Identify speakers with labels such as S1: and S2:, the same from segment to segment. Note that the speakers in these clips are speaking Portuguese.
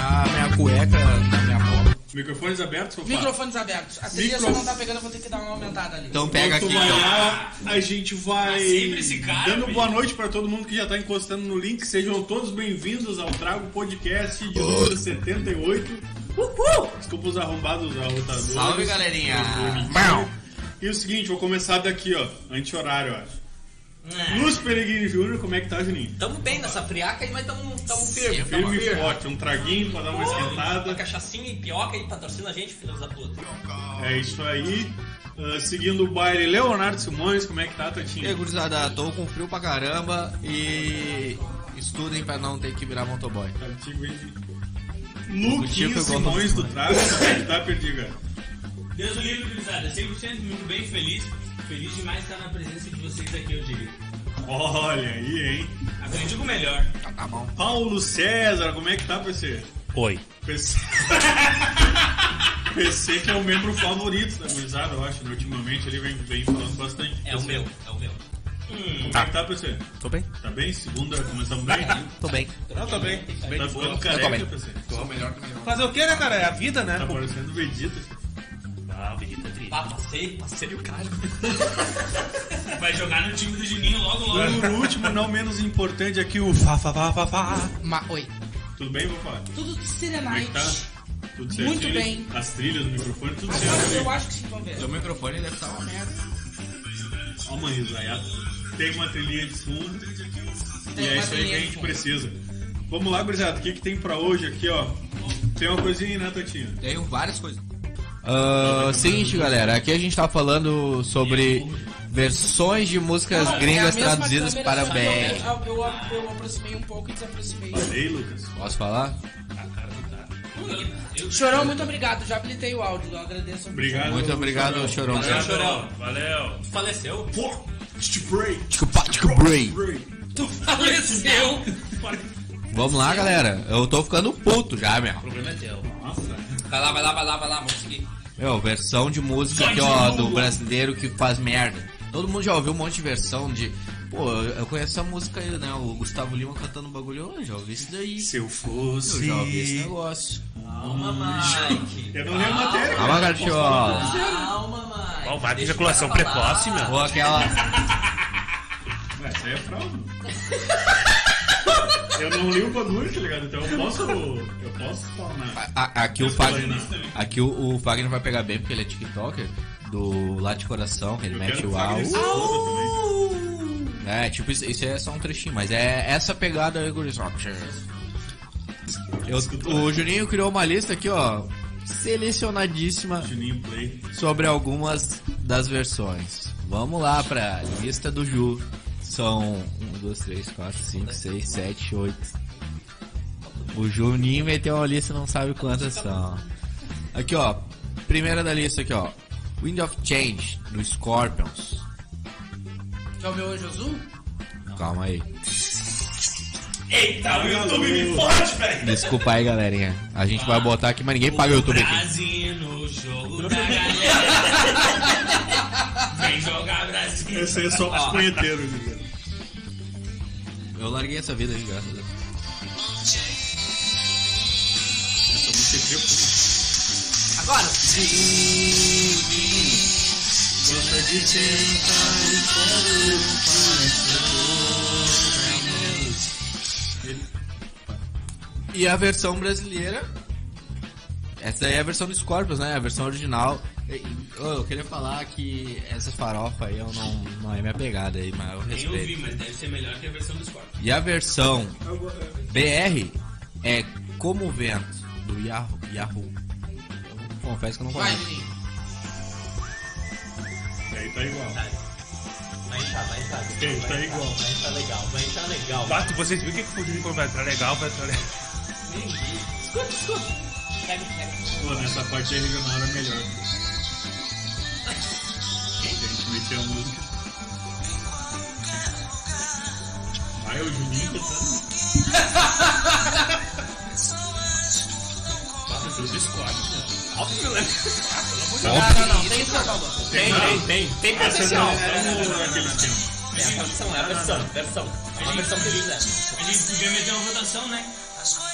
S1: Ah,
S2: Microfones abertos, Fofá?
S3: Microfones abertos. A trilha
S2: Micro-
S3: só não tá pegando, eu vou ter que dar uma aumentada ali.
S1: Então pega aqui.
S2: Enquanto vai
S1: Então.
S2: lá, a gente vai
S4: Ah, sempre esse cara,
S2: dando
S4: velho.
S2: boa noite para todo mundo que já está encostando no link. Sejam todos bem-vindos ao Trago Podcast de número 78. Uhul! Desculpa os arrombados arrotadores.
S1: Salve, galerinha.
S2: Bom. E o seguinte, vou começar daqui, ó. Anti-horário, eu acho.
S3: É.
S2: Luz Peregrino Júnior, como é que tá, Juninho?
S4: Tamo bem nessa friaca aí, mas tamo, tamo firme. Tamo
S2: Firme e forte, um traguinho pra dar uma
S4: Uma
S2: esquentada.
S4: cachaçinha e pioca aí patrocina a gente, filhos da puta.
S2: É isso aí. Ah, seguindo o baile, Leonardo Simões, como é que tá,
S1: E aí,
S2: Tatinho?
S1: gurizada, tô com frio pra caramba e estudem pra não ter que virar motoboy.
S2: Contigo, hein?
S1: Contigo que
S2: Luquinho
S1: eu gosto
S2: Simões do
S1: mais.
S2: Trago, como é que tá, Perdiga?
S5: Deus o livre, gurizada. 100% muito bem, feliz. Feliz demais estar na presença de vocês aqui, eu diria.
S2: Olha aí, hein?
S5: Aprendi com o melhor.
S1: Tá, tá bom.
S2: Paulo César, como é que tá, PC?
S6: Oi.
S2: PC. PC que é o membro favorito da gurizada, eu acho, né? Ultimamente ele vem, vem falando bastante.
S4: É o meu, é o meu.
S2: Como é que tá, PC?
S1: Tô bem?
S2: Tá bem? Segunda, começamos bem?
S1: Tô bem.
S2: Não, tá bem.
S4: Bem
S2: Tá
S4: de
S2: ficando
S4: boa.
S1: Eu tô
S2: careca,
S1: bem.
S2: PC.
S1: Tô melhor que melhor.
S6: Fazer o que, né, cara? É a vida, né?
S2: Tá parecendo Vegeta.
S6: Ah, Vegeta é triste.
S4: Pá, passei, passei o cara.
S5: Vai jogar no time do Juninho logo,
S2: E
S5: logo.
S2: por último, não menos importante, aqui o Fá, Fá, Fá, Fá, Fá.
S3: Ma- Oi.
S2: Tudo bem, Fofá?
S3: Tudo de
S2: Como é
S3: serenite.
S2: que tá? Tudo certinho?
S3: Muito bem.
S2: As trilhas, o microfone, tudo
S3: Agora
S2: certo.
S3: eu acho que sim, vamos ver.
S1: Seu microfone deve tá estar uma merda.
S2: Ó, uma risaiada. Tem uma trilhinha de fundo.
S3: Tem
S2: e é
S3: uma
S2: isso aí que
S3: trilhinha
S2: a
S3: de
S2: gente
S3: fundo.
S2: precisa. Vamos lá, gurizada. O que, que tem pra hoje aqui, ó? Tem uma coisinha aí, né, Tatinha?
S1: Tenho várias coisas. Ah, seguinte, galera, aqui a gente tá falando sobre versões de músicas
S3: Não, é a
S1: gringas
S3: mesma
S1: traduzidas
S3: câmera,
S1: para
S3: só que
S1: bem.
S3: Eu, eu, eu, eu aproximei um pouco e desaproximei.
S2: Falei, Lucas.
S3: né?
S1: Posso falar?
S3: Chorão, muito obrigado. Já habilitei o áudio, eu agradeço.
S2: Obrigado.
S1: Muito obrigado, Chorão.
S4: Valeu, Chorão.
S5: Valeu.
S4: Tu faleceu?
S2: Pô, spray,
S1: Psicopático Brain.
S2: spray.
S4: Tu faleceu!
S1: Vamos lá, galera. Eu tô ficando puto já, meu.
S4: problema é teu.
S2: Nossa.
S4: Vai lá, vai lá, vai lá, vai lá, vamos seguir.
S1: Meu, É, versão de música aqui, ó, do brasileiro que faz merda. Todo mundo já ouviu um monte de versão de. Pô, eu eu conheço essa música aí, né? O Gustavo Lima cantando um bagulho. Eu já ouvi isso daí.
S2: Se eu
S1: Eu já ouvi esse
S2: fosse.
S1: negócio.
S4: Calma, Mike.
S2: Eu não li a matéria, cara.
S1: Calma, Gartiola.
S4: Calma, Mike.
S6: Ó, o Mike,
S4: Deixa o
S6: ejaculação
S4: cara falar.
S6: precoce, meu.
S1: Ou aquela.
S2: Mas isso aí é fraude. Eu não li o bagulho, tá ligado? Então eu posso. Eu posso falar.
S1: a- a- aqui o
S2: Esse foi
S1: Fagner.
S2: aí, né?
S1: Aqui o, o Fagner vai pegar bem porque ele é TikToker. Do Lá de Coração, que ele
S2: Eu
S1: mete
S2: quero
S1: o
S2: que
S1: au.
S2: Fagner se foda também.
S1: É, tipo, isso, isso é só um trechinho, mas é essa pegada aí, gurizada. Eu- O Juninho criou uma lista aqui, ó, selecionadíssima
S2: Juninho um Play.
S1: sobre algumas das versões. Vamos lá pra lista do Ju. São 1, 2, 3, 4, 5, 6, 7, 8. O Juninho meteu uma lista não sabe quantas são. Aqui, ó. Primeira da lista aqui, ó. Wind of Change, do Scorpions.
S3: Que é o meu anjo azul?
S1: Calma aí.
S5: Eita, o YouTube me fode, velho.
S1: Desculpa aí, galerinha. A gente vai botar aqui, mas ninguém paga o YouTube aqui.
S5: Brasil no jogo da galera. Vem jogar Brasil.
S2: Esse aí é só os punheteiros, entendeu?
S1: Eu larguei essa vida aí, graças a Deus.
S2: Essa música aqui é puta.
S4: Agora!
S2: Gosta de
S1: E a versão brasileira. Essa aí é a versão do Scorpions, né? A versão original. E- e- ô, Eu queria falar que essa farofa aí eu não, não é minha pegada aí, mas eu
S5: Nem ouvi,
S1: respeito.
S5: mas deve ser melhor que a versão do Scorpion.
S1: E a versão BR é Como o Vento, do Yahoo. Yahoo. Eu confesso que eu não
S3: Vai,
S1: conheço.
S3: menino.
S2: Aí tá igual.
S4: Vai entrar, vai entrar.
S2: Ele tá igual.
S4: Vai entrar legal, vai entrar legal.
S5: Tá.
S6: Bato, vocês viram o que que o Juninho falou? Vai entrar legal, vai entrar legal.
S4: Escuta, escuta. Pega, pega.
S2: Pô, nessa parte aí regional era melhor. A gente meteu a música. Vai, o Juninho tá cantando.
S5: Nossa, tudo do Scorpion.
S4: Óbvio, né?
S3: Não, não, não. Tem isso, Paulo.
S5: Tem, tem, tem. Tem potencial.
S2: Vamos naquele esquema.
S4: É a versão, é a versão, versão. É uma versão que eles
S5: A gente podia meter uma votação, né?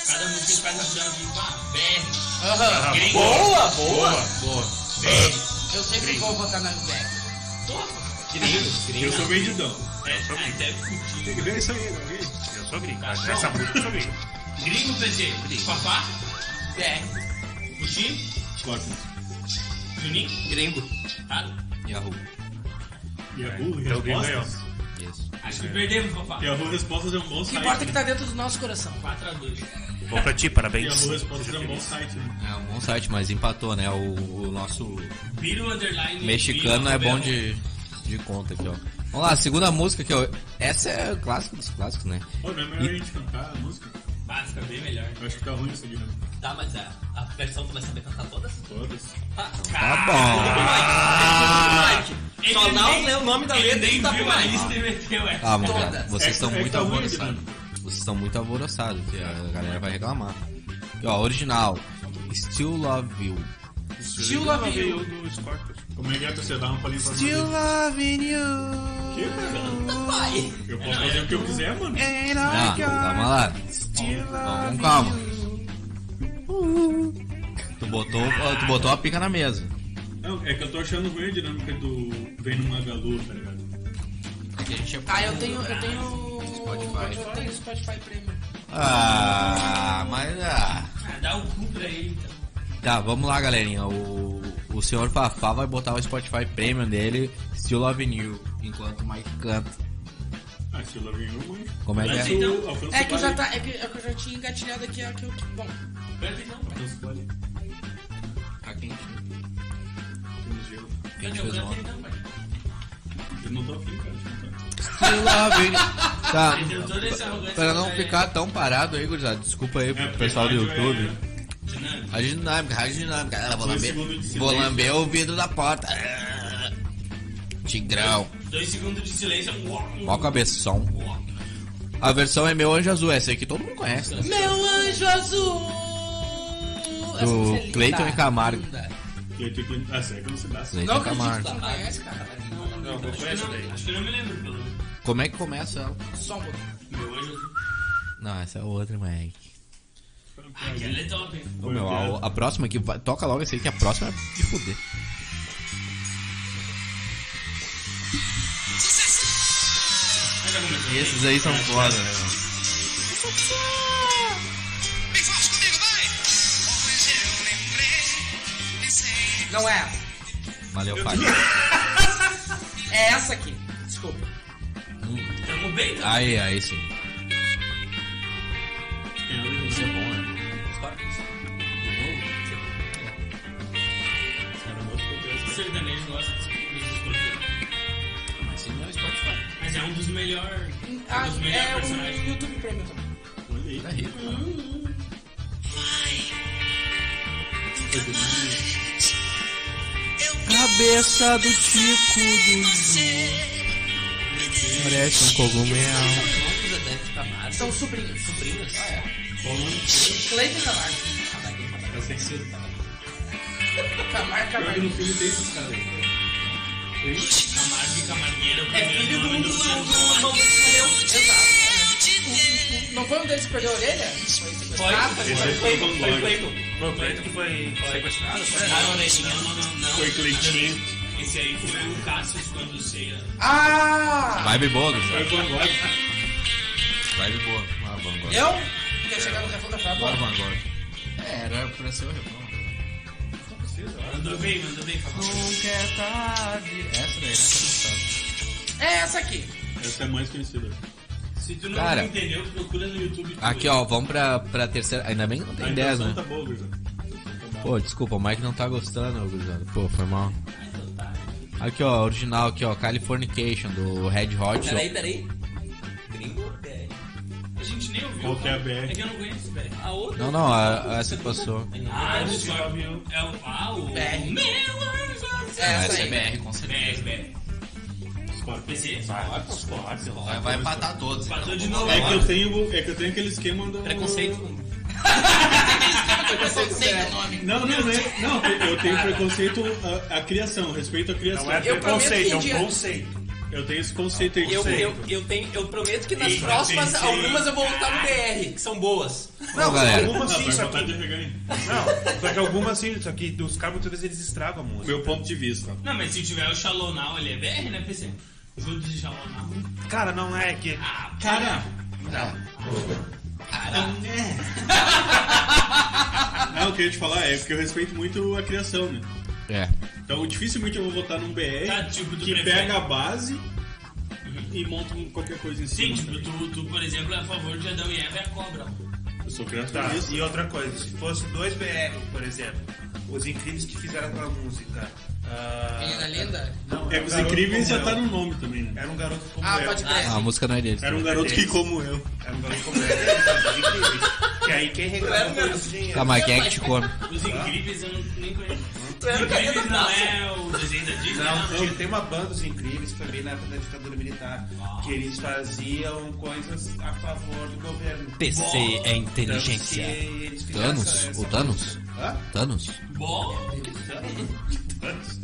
S5: Cada música que faz a versão de uma BR.
S3: Aham.
S5: Gringo.
S4: Boa!
S7: boa.
S4: Boa.
S3: Eu sempre vou votar na Beck.
S7: Gringos,
S2: Eu
S7: gringos.
S2: sou vendidão.
S4: É, ah, deve curtir.
S2: Tem que ver isso aí, né? alguém?
S6: Eu sou gringo. Essa música eu sou gringo.
S4: Gringo, PG. Papá,
S3: Beck.
S4: Puxi,
S2: Scorpions.
S4: Juninho,
S7: Gringo.
S4: tá?
S1: Yahoo.
S2: E a Burro,
S6: Então gringo ganhou.
S2: respostas.
S1: Isso.
S4: Acho
S7: É.
S4: que perdemos, papá.
S2: E a Burro, respostas é um bom
S3: O que
S2: site.
S3: importa é que
S2: né?
S3: tá dentro do nosso coração.
S4: 4x2.
S6: Bom pra ti,
S2: E a
S6: parabéns.
S2: Burro, respostas é um bom site. né?
S1: É um bom site, mas empatou, né? O, o nosso
S4: Piro underline.
S1: mexicano
S4: Piro,
S1: é bom
S4: Belo.
S1: de, de conta aqui, ó. Vamos lá, a segunda música que eu. Essa é o clássico dos clássicos, né?
S2: Pô, não é melhor a gente cantar a música?
S4: Ah, fica bem melhor.
S2: Eu acho que tá ruim isso aqui, né?
S7: Tá, mas a, a versão tu vai saber cantar todas?
S2: Todas.
S7: Tá.
S1: Tá bom.
S7: Mike, Só
S4: Ele
S7: não
S4: nem-
S7: lê o nome da
S4: Ele
S7: letra
S4: nem
S7: e tá
S4: viu a
S7: mais.
S4: lista e meteu essa.
S1: Calma,
S7: Todas.
S1: cara. Tá, Vocês
S2: É-
S1: estão
S2: é que
S1: muito
S2: tá ruim,
S1: alvoroçados. Vocês estão muito alvoroçados, que a galera vai reclamar. Aqui, ó, original. Still Love You.
S3: Gil Lavio.
S6: do Scorpions.
S2: Como é que é torcer? Dá uma palhinha pra
S1: Still
S2: mim.
S1: loving you.
S2: Que, cara?
S7: Vai.
S2: Eu posso fazer o que eu quiser, mano.
S3: É.
S1: Não, Ah, calma lá. Não, calma. Tu botou, tu botou a pica na mesa.
S2: Não, é que eu tô achando ruim a dinâmica do Vem no Magalu, tá ligado?
S3: Ah, eu tenho. Eu tenho.
S1: Spotify.
S3: Eu tenho Spotify Premium.
S1: Ah, mas. Ah.
S7: Tá.
S4: Ah, dá o cu pra ele, então.
S1: Tá, vamos lá, galerinha. O, o senhor Fafá vai botar o Spotify Premium dele, Still Love New, enquanto o Mike canta.
S2: Ah, se ela ganhou, mano.
S1: Como é
S4: Mas
S1: que é?
S4: então-
S2: O Afonso
S3: É que eu já
S2: Vale-
S3: tá. É que, é que eu já tinha engatilhado aqui a que eu. Bom,
S4: Canta então, pai.
S2: Afonso Vale.
S1: Tá quentinho.
S2: Tem gelo.
S1: Que a gente fez
S4: Canta
S1: ontem.
S4: então, pai.
S2: Eu não tô afim, cara. acho que não tá.
S1: Still Love New. Tá.
S4: Ele deu toda essa arrogância.
S1: Pra não
S4: pra ele.
S1: ficar tão parado aí, gurizada. Desculpa aí
S2: É,
S1: pro
S2: porque
S1: pessoal do
S2: rádio é-
S1: YouTube.
S4: Dinâmico.
S1: A dinâmica, a dinâmica. Ela vou
S2: Dois
S1: lamber,
S2: segundos de silêncio.
S1: vou lamber o vidro da porta. Ah, Tigrão.
S4: Dois segundos de silêncio. Uau.
S1: Mó cabeção.
S4: Uau.
S1: um A versão é Meu Anjo Azul. Essa aí que todo mundo conhece. né?
S3: Meu anjo azul! Essa
S1: Do
S3: música é linda,
S1: Cleiton e Camargo.
S3: linda.
S2: E aí tem que. Ah, será que não se dá?
S1: Cleiton
S3: Não acredito que
S1: Camargo.
S3: tu não conhece, cara.
S4: Não, não, Acho que eu não me lembro, pelo menos.
S1: Como é que começa ela?
S3: Só um pouquinho.
S4: Meu anjo.
S1: Não, essa é outra, Mike.
S4: Ah, Aquela é top, hein?
S1: Ô, meu, a, a próxima aqui, vai- toca logo essa aí que a próxima é de fuder.
S4: Ah, já começou.
S1: Esses aí são foda, né?
S3: Não é essa.
S1: Valeu, pai.
S3: É essa aqui. Desculpa.
S4: Tamo bem, tá?
S1: Aí, aí sim.
S2: Isso é bom, né?
S4: Sertanejo gosta dos escorpiões.
S1: Mas sim, não é Spotify.
S4: Mas é um dos melhores.
S3: Ah,
S4: Um dos melhores
S3: é o
S4: personagens.
S3: YouTube Premium também.
S2: Olha aí.
S1: Tá rico. Cabeça do Tico do Parece um cogumelo.
S3: São sobrinhos. Sobrinhos? Ah, é. Cleiton e Camargo.
S2: Tá sensível.
S3: Camargo,
S2: Pior que no
S3: Camargo.
S2: filme tem esses caras aí.
S4: Camargo e Camargueira. o
S3: É
S4: primeiro
S3: filho do
S4: nome
S3: mundo do
S4: filme.
S3: mundo. Exato. Não foi um deles que perdeu a orelha? Foi sequestrado?
S4: Foi.
S2: Esse aí foi o Van
S4: Foi
S2: Gogh.
S4: Cleiton.
S6: Foi o Cleiton que foi sequestrado?
S4: Não, não, não, não.
S2: Foi Cleitinho.
S4: Esse aí foi o Cassius quando ceia.
S3: Ah!
S1: Vibe boa,
S2: Foi
S1: Gustavo.
S2: Van Gogh.
S1: Vibe boa. Ah, Van Gogh.
S3: Eu? Quer chegar no refrão da
S1: Adoro
S3: frase?
S1: Van Gogh. É, era pra ser o refrão.
S4: Mandou bem, mandou bem, Fafá.
S1: Nunca é tarde. Essa daí, né? Essa
S3: É essa aqui.
S1: Ah,
S2: Essa é a mais conhecida.
S4: Se tu não
S1: Cara.
S4: entendeu, procura no YouTube.
S1: não Aqui, ó, vamos pra, pra terceira. Ainda bem que não
S2: A
S1: tem 10,
S2: intenção
S1: né?
S2: tá boa, Grisão.
S1: Pô, desculpa, o Mike não tá gostando, gurizada. Pô, foi mal. Aqui, ó, original aqui, ó, Californication, do Red Hot.
S7: Peraí, peraí. Gringo ou BR?
S4: É. A gente nem ouviu.
S2: Qual que é a BR?
S4: É que eu não conheço, velho.
S7: A outra?
S1: Não, não, a- essa que passou.
S4: Ah, o Scorpio. É o. Ah, o.
S3: BR.
S4: Meu anjo.
S3: É essa aí.
S1: SBR, com
S4: BR, BR.
S2: Scorpions.
S4: PC.
S1: Vai, vai empatar todos. então.
S4: Bateu de novo.
S2: É que eu tenho, é que eu tenho aquele esquema do...
S7: Preconceito.
S3: Preconceito o nome.
S2: Não, não, não, é- não, eu tenho preconceito à, à criação, respeito à criação.
S6: Não é
S3: Eu prometo que um
S6: preconceito, é
S3: dia-
S6: um conceito.
S2: Eu tenho esse conceito aí. de
S3: Eu,
S2: ser.
S3: eu, eu, tenho, eu prometo que nas
S6: Ih,
S3: próximas,
S6: pensei.
S3: algumas eu vou botar no DR, que são boas.
S1: Não, galera.
S6: Algumas
S2: Ah,
S6: sim,
S2: vai
S6: só
S2: botar
S6: que...
S2: de reganho.
S6: Não, só que algumas sim, só que os caras muitas vezes eles estragam a música.
S2: Meu ponto de vista.
S5: Não, mas se tiver o Shalonau, ele é BR, né, PC? Juntos de Shalonau.
S6: Cara, não é que...
S2: Cara, não, o que eu ia te falar é porque eu respeito muito a criação, né?
S1: É.
S2: Então, dificilmente eu vou votar num BR
S5: Tá, tipo, do
S2: que
S5: prefeito.
S2: pega a base e monta um- qualquer coisa em
S5: Sim,
S2: cima.
S5: tipo, tu, tu, por exemplo, é a favor de Adão e Eva é a cobra.
S2: Eu sou criança
S6: Tá,
S2: por isso.
S6: e outra coisa, se fosse dois BR, por exemplo, os incríveis que fizeram aquela música. ah,
S3: Menina linda.
S6: não,
S2: É,
S6: era um
S2: os
S6: garoto
S2: incríveis
S6: como
S2: já tá
S6: eu.
S2: no nome também, né?
S6: Era um garoto como
S3: Ah,
S6: eu.
S3: pode crer.
S1: Ah, a música não é deles.
S2: Era um garoto que como eu.
S6: Era um garoto como eu. Os incríveis. E aí quem
S3: era um
S6: reclamou foi
S3: garoto.
S6: os engenheiros.
S1: Tá, mas quem é que te come?
S5: Os incríveis eu não- nem conheço.
S3: Tu era o carinha
S5: Incríveis
S3: do
S5: não
S3: braço.
S5: é o desenho da Disney?
S6: Não,
S5: né?
S6: tinha, tem uma banda dos incríveis que foi bem na época da ditadura militar, que eles faziam coisas a favor do governo.
S1: PC é
S6: Tanto que
S1: inteligência.
S6: eles fizeram
S1: Thanos?
S6: essa- essa
S1: O Thanos?
S6: música. Hã?
S1: Thanos?
S5: Bom,
S6: Thanos?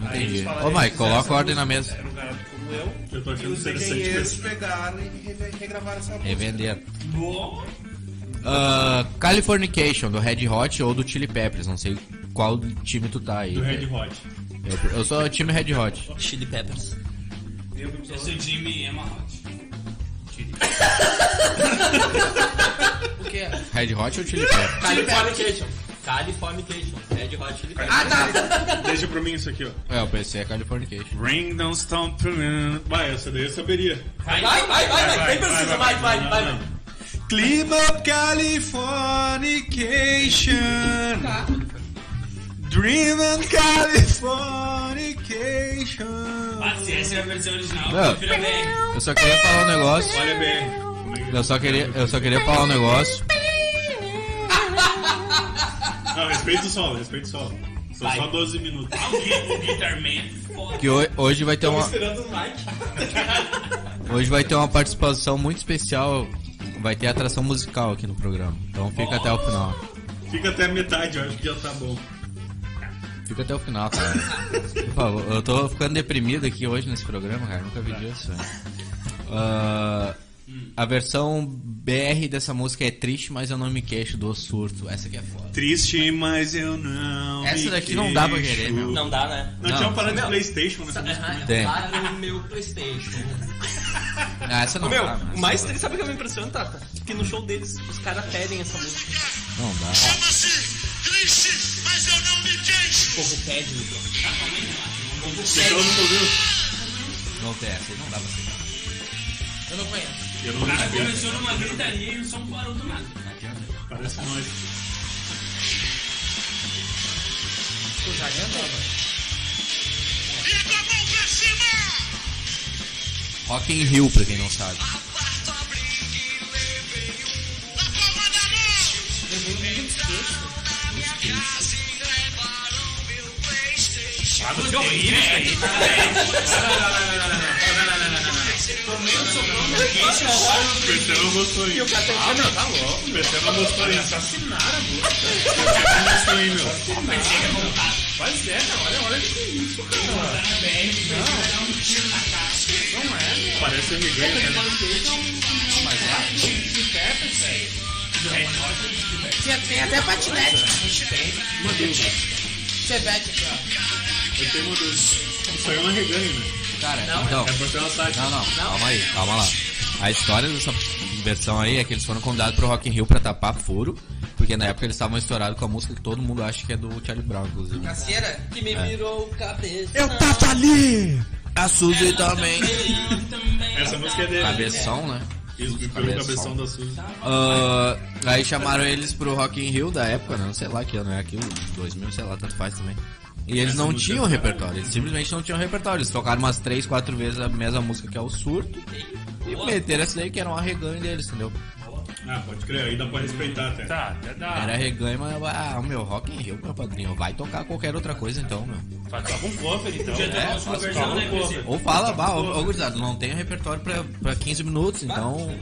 S1: Não
S6: Aí
S1: entendi.
S6: eles falaram,
S1: Ô,
S6: eles
S1: Mike,
S6: fizeram
S1: coloca
S6: essa
S1: ordem na
S6: música,
S1: mesa.
S6: Era um garoto como eu.
S2: Eu tô achando
S6: e os
S2: interessante
S6: engenheiros
S2: mesmo.
S6: pegaram e re- regravaram essa música.
S1: Revender.
S5: bom.
S1: É, Ah, Californication, do Red Hot ou do Chili Peppers. Não sei qual time tu tá aí.
S2: Do Red Hot.
S1: Eu, eu sou time Red Hot.
S3: Chili Peppers.
S6: Eu me
S5: Eu sou é Jimmy Emma Hot.
S3: O que é?
S1: Red Hot ou Chili Peppers?
S3: Californication. Californication. Red Hot Chili Peppers.
S6: Ah, tá!
S2: Deixa pra mim isso aqui, ó.
S1: É, o PC é Californication.
S2: Ring down stomp. Vai, essa daí eu saberia.
S5: Vai,
S3: Vai, vai, vai, vai. Nem precisa mais, vai, vai. vai.
S2: Clean up Californication.
S3: Tá.
S2: Dream and Californication.
S5: Ah, se essa é a versão original,
S1: Não.
S5: eu prefiro a BR.
S1: Eu só queria falar um negócio.
S2: Olha bem.
S1: Eu só queria, eu só queria falar um negócio.
S2: Não, respeita o solo, respeita o solo. São só 12 minutos.
S5: Ah, o Gui- o Guitar Man, foda.
S1: Que ho- hoje vai ter uma,
S2: um
S3: Esperando o Mike.
S1: hoje vai ter uma participação muito especial. Vai ter atração musical aqui no programa. Então fica até o final.
S2: Fica até a metade, eu acho que já tá bom.
S1: Fica até o final, cara. Por favor, eu tô ficando deprimido aqui hoje nesse programa, cara. Nunca vi disso. né? Ah, a versão BR dessa música é triste, mas eu não me queixo do surto. Essa aqui é foda.
S2: Triste, mas eu não.
S1: Essa
S2: me
S1: daqui não dá pra
S2: queixo.
S1: querer, meu.
S3: Não dá, né?
S2: Não,
S1: Não.
S2: tinha uma parada de
S3: Não.
S2: PlayStation né? nessa música.
S1: Tem.
S3: Lá no meu Playstation.
S1: Ah, essa não
S3: Meu,
S1: dá. mas
S3: o mais
S1: essa
S3: triste, sabe o que me impressiona, Tata? Que no show deles, os caras pedem essa música.
S1: Não dá.
S3: O povo pede, meu.
S2: Então eu não tô ouvindo.
S1: Não tem essa, aí não dá pra ser.
S3: Eu não conheço.
S2: Eu
S5: O
S2: não
S5: cara
S2: respeito.
S5: começou numa gritaria e o som parou do nada.
S1: Não adianta.
S2: Parece nós.
S3: Tu já ganhou,
S1: Rock in Rio, pra quem não sabe.
S5: Ah, você é horrível isso aí. Tomei um socão no queixo agora.
S2: O PC não gostou aí.
S3: Ah, não, tá louco.
S2: O PC não gostou aí.
S5: Assinaram, pô.
S2: Não gostou aí, meu.
S5: Mas chega voltado.
S6: Mas é, cara, olha, olha que isso, cara.
S5: Tá na BR, que vai dar um tiro na cara.
S2: Parece reganho, né?
S3: Tem, tem até patinete.
S2: Uma dúvida.
S3: Chevette aqui, ó.
S2: Eu tenho uma dúvida. Isso aí é uma reganho, né?
S1: Cara, então.
S2: É pra ter uma tática.
S1: Não, não, calma aí, calma lá. A história dessa versão aí é que eles foram convidados pro Rock in Rio pra tapar furo, porque na época eles estavam estourados com a música que todo mundo acha que é do Charlie Brown, inclusive.
S3: Cacera que me virou o cabeça.
S1: ali! A Suzy também.
S5: Eu também.
S2: Essa música é dele.
S1: Cabeção, né?
S2: Isso, me pegou o
S1: Cabeção.
S2: cabeção da Suzy.
S1: Ah, aí chamaram eles pro Rock in Rio da época, né? Não sei lá que ano é aquilo, 2000, sei lá, tanto faz também. E eles não
S2: música
S1: tinham
S2: é do
S1: repertório, eles simplesmente não tinham repertório. Eles tocaram umas 3, 4 vezes a mesma música que é o surto e meteram essa daí que era um arreganho deles, entendeu?
S2: Ah, pode crer, aí dá pra respeitar até.
S6: Tá, até dá.
S1: Era reganho, mas ah, o meu Rock in Rio, meu padrinho, vai tocar qualquer outra coisa então, meu. É,
S6: Faz só um cover, então.
S5: Podia ter uma última versão, né, PC?
S1: Ou fala, bah, ô, ô gurizada, não tem repertório pra, pra 15 minutos, então.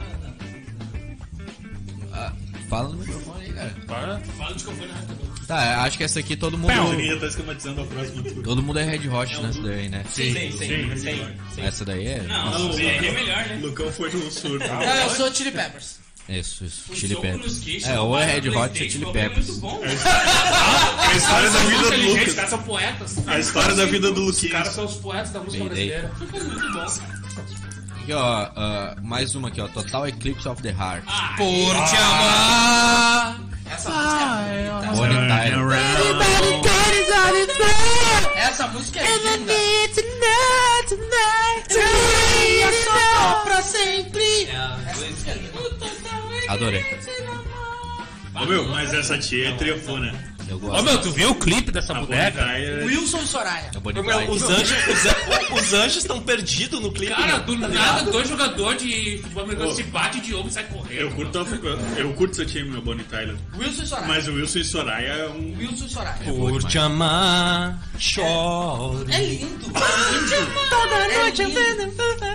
S1: Ah, fala no microfone aí, cara.
S6: Para.
S5: Fala de que eu fui na reta.
S1: Tá, acho que essa aqui todo mundo.
S2: Poderia estar tá esquematizando a próxima turma.
S1: Todo mundo é Red Hot nessa daí, né?
S4: Sim, sim, sim. sim, sim.
S1: Essa daí é.
S5: Não,
S2: Não,
S5: não, é melhor, né?
S2: Lucão foi um surdo.
S3: Não, eu sou Chili Peppers.
S1: Isso, isso.
S5: Um
S1: Chili
S5: soco nos
S1: Peppers.
S5: queixos,
S1: É,
S5: uma
S1: ou é
S5: parada
S1: Red
S5: no
S1: Hot ou
S5: PlayStation,
S1: Chili
S5: o bagulho é
S1: Peppers.
S5: muito bom.
S2: A história da vida do
S3: Inteligente,
S2: Lucas.
S3: Os caras são poetas.
S2: A história da vida do
S3: Os caras
S2: Luquinhas.
S3: são os poetas da música
S1: Bem, daí.
S3: brasileira. Muito bom.
S1: Aqui, ó, ah, mais uma aqui, ó. Total Eclipse of the Heart. Ah!
S3: Por te amar. Essa música é bonita.
S1: Bonnie Tyler.
S3: Essa música é linda. E é só pra sempre. Essa música é linda.
S1: Adorei.
S2: Ô meu, mas essa tia é trefona.
S1: Eu
S4: Ô
S1: gosto.
S4: meu, tu viu o clipe dessa
S2: É,
S4: boneca?
S3: Wilson Soraya.
S1: É Bonnie
S4: Ô, meu,
S1: Tyler.
S4: os anjos os an- os anjos estão perdidos no clipe.
S5: Cara,
S4: meu.
S5: do nada, dois jogadores de futebol americano
S2: né? Ô.
S5: se batem de ombro e saem correndo.
S2: Eu curto, a- eu curto seu time, meu Bonnie Tyler.
S3: Wilson Soraya.
S2: Mas o Wilson e Soraya é um.
S3: Wilson Soraya.
S4: Por te amar, choro.
S3: É lindo. É lindo. Toda noite eu vendo. Toda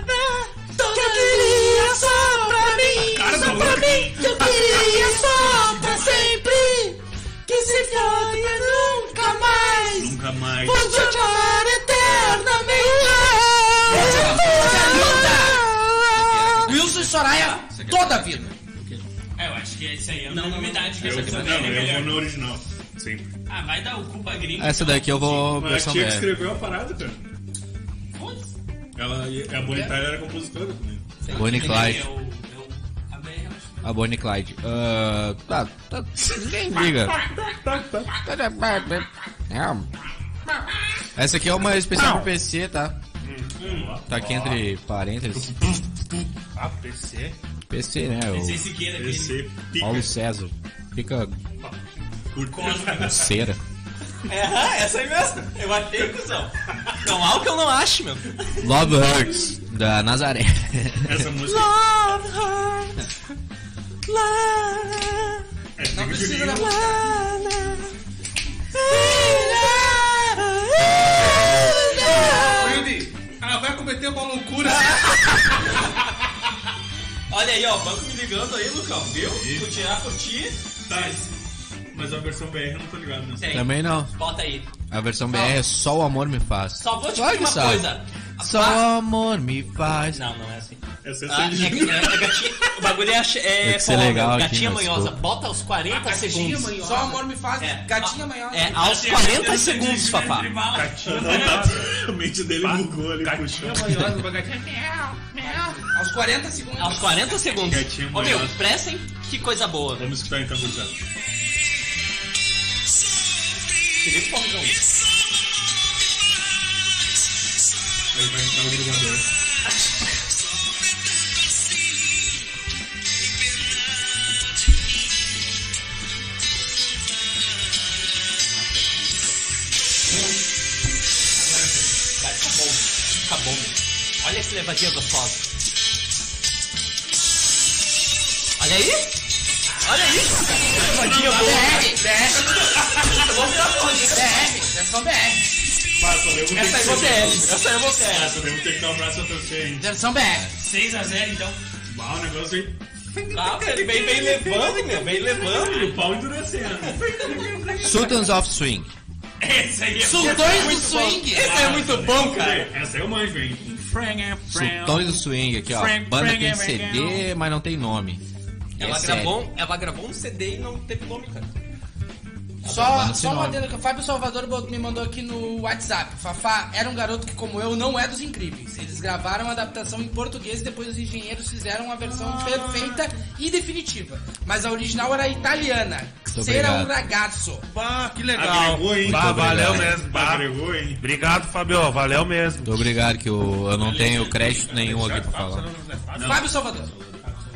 S2: Cara do Lucas. Nunca mais. É
S3: Wilson Soraya toda a vida.
S5: É, eu acho que isso aí é uma novidade. que
S2: Eu,
S5: essa aqui
S2: não,
S5: também é
S2: eu vou
S5: melhor.
S2: no original. Sempre.
S5: Ah, vai dar o cu pra gringo.
S1: Essa daqui eu vou
S2: Mas a
S1: versão
S2: tia que
S1: breve.
S2: escreveu a parada, cara. Ela, é, a Bonnie Tyler era compositora também.
S1: Bonnie Clyde.
S5: Eu- eu- a é minha relação-
S1: A Bonnie Clyde. Ah, tá, tá, ninguém liga. Essa aqui é uma especial pro PC, tá? Tá aqui entre parênteses.
S6: Ah, PC?
S1: PC, né?
S5: Sem
S1: O
S5: Siqueira, aquele-
S2: Esse
S1: Paulo
S2: pica.
S1: César. Fica
S2: Curto.
S1: cera.
S4: É, essa aí mesmo. Eu achei, cuzão. Não há o que eu não acho, meu.
S1: Love Hurts, da Nazaré.
S2: Essa música. É
S3: Não
S2: pica de
S3: precisa da
S2: lindo.
S3: música.
S5: Ah, vai cometer uma loucura.
S4: Olha aí, ó, o banco me ligando aí, Lucão, viu?
S5: ah,
S4: Continuar por ti.
S2: Tá, Mas a versão BR eu não tô ligado, não.
S1: Também não.
S4: Bota aí.
S1: A versão BR é Só o Amor Me Faz.
S4: Só vou te
S1: Claro que
S4: pedir uma
S1: sabe.
S4: coisa. A
S1: Só
S4: pa-
S1: o amor me faz.
S4: Não, não é assim.
S2: Essa é
S4: Ah,
S2: a
S4: é,
S2: Sandy.
S4: é- é gatinha, o bagulho é, ach-
S1: Tem
S4: é
S1: que ser
S4: forró,
S1: legal
S4: meu.
S1: aqui,
S4: gatinha
S1: mas,
S4: manhosa.
S1: pô.
S4: Bota aos 40
S3: Gatinha
S4: segundos.
S3: Só amor me faz.
S4: É.
S3: Gatinha manhosa.
S4: É, aos
S5: Esse-
S4: 40
S5: esse-
S4: segundos,
S5: esse-
S4: papá.
S5: tribala.
S2: tá. A mente dele bugou ali, puxou.
S5: Manhosa, uma gatinha.
S3: Aos 40 segundos.
S4: Aos 40 segundos.
S2: Gatinha
S4: Ô meu,
S2: manhosa.
S4: prestem que coisa boa. né?
S2: Vamos escutar então, gurizada.
S4: Felipe Porrigão.
S2: Aí vai entrar o gravador.
S4: Vai, acabou. Acabou, meu. Olha que levadinha gostosa. Olha aí. Olha aí. Que levadinha boa.
S3: BR, BR,
S4: Eu vou virar fã.
S3: BR. Versão BR.
S2: Passa, eu vou ter
S4: Essa aí você é. Essa aí você é.
S2: Essa devo ter que dar um braço a torcer, hein?
S3: Versão BR.
S5: 6x0, então.
S2: Bah, o negócio aí.
S4: Ah, ele vem, vem levando, meu. Vem levando.
S2: O pau endurecendo.
S1: Sultans of Swing.
S5: Esse aí é
S3: Sultões do swing.
S4: Esse é muito bom, cara.
S2: Essa é o manjo, hein?
S1: Sultões do Swing aqui, ó. Banda tem CD, mas não tem nome.
S4: Ela
S1: é sério.
S4: gravou, ela gravou um CD e não teve nome, cara.
S3: Só,
S1: Manda
S3: só uma
S1: sinal.
S3: adendo que o Fábio Salvador bot- me mandou aqui no WhatsApp. Fafá era um garoto que, como eu, não é dos incríveis. Eles gravaram a adaptação em português e depois os engenheiros fizeram a versão perfeita e definitiva. Mas a original era italiana.
S1: Muito
S3: Será um
S1: obrigado.
S3: ragazzo.
S6: Bah, que legal.
S2: Agregou, hein?
S6: Bah, valeu
S1: obrigado.
S6: mesmo. Bah.
S2: Agregou, hein?
S6: Obrigado, Fabio. Valeu mesmo.
S1: Muito obrigado, que eu, eu não tenho crédito nenhum aqui pra falar.
S3: Fábio Salvador.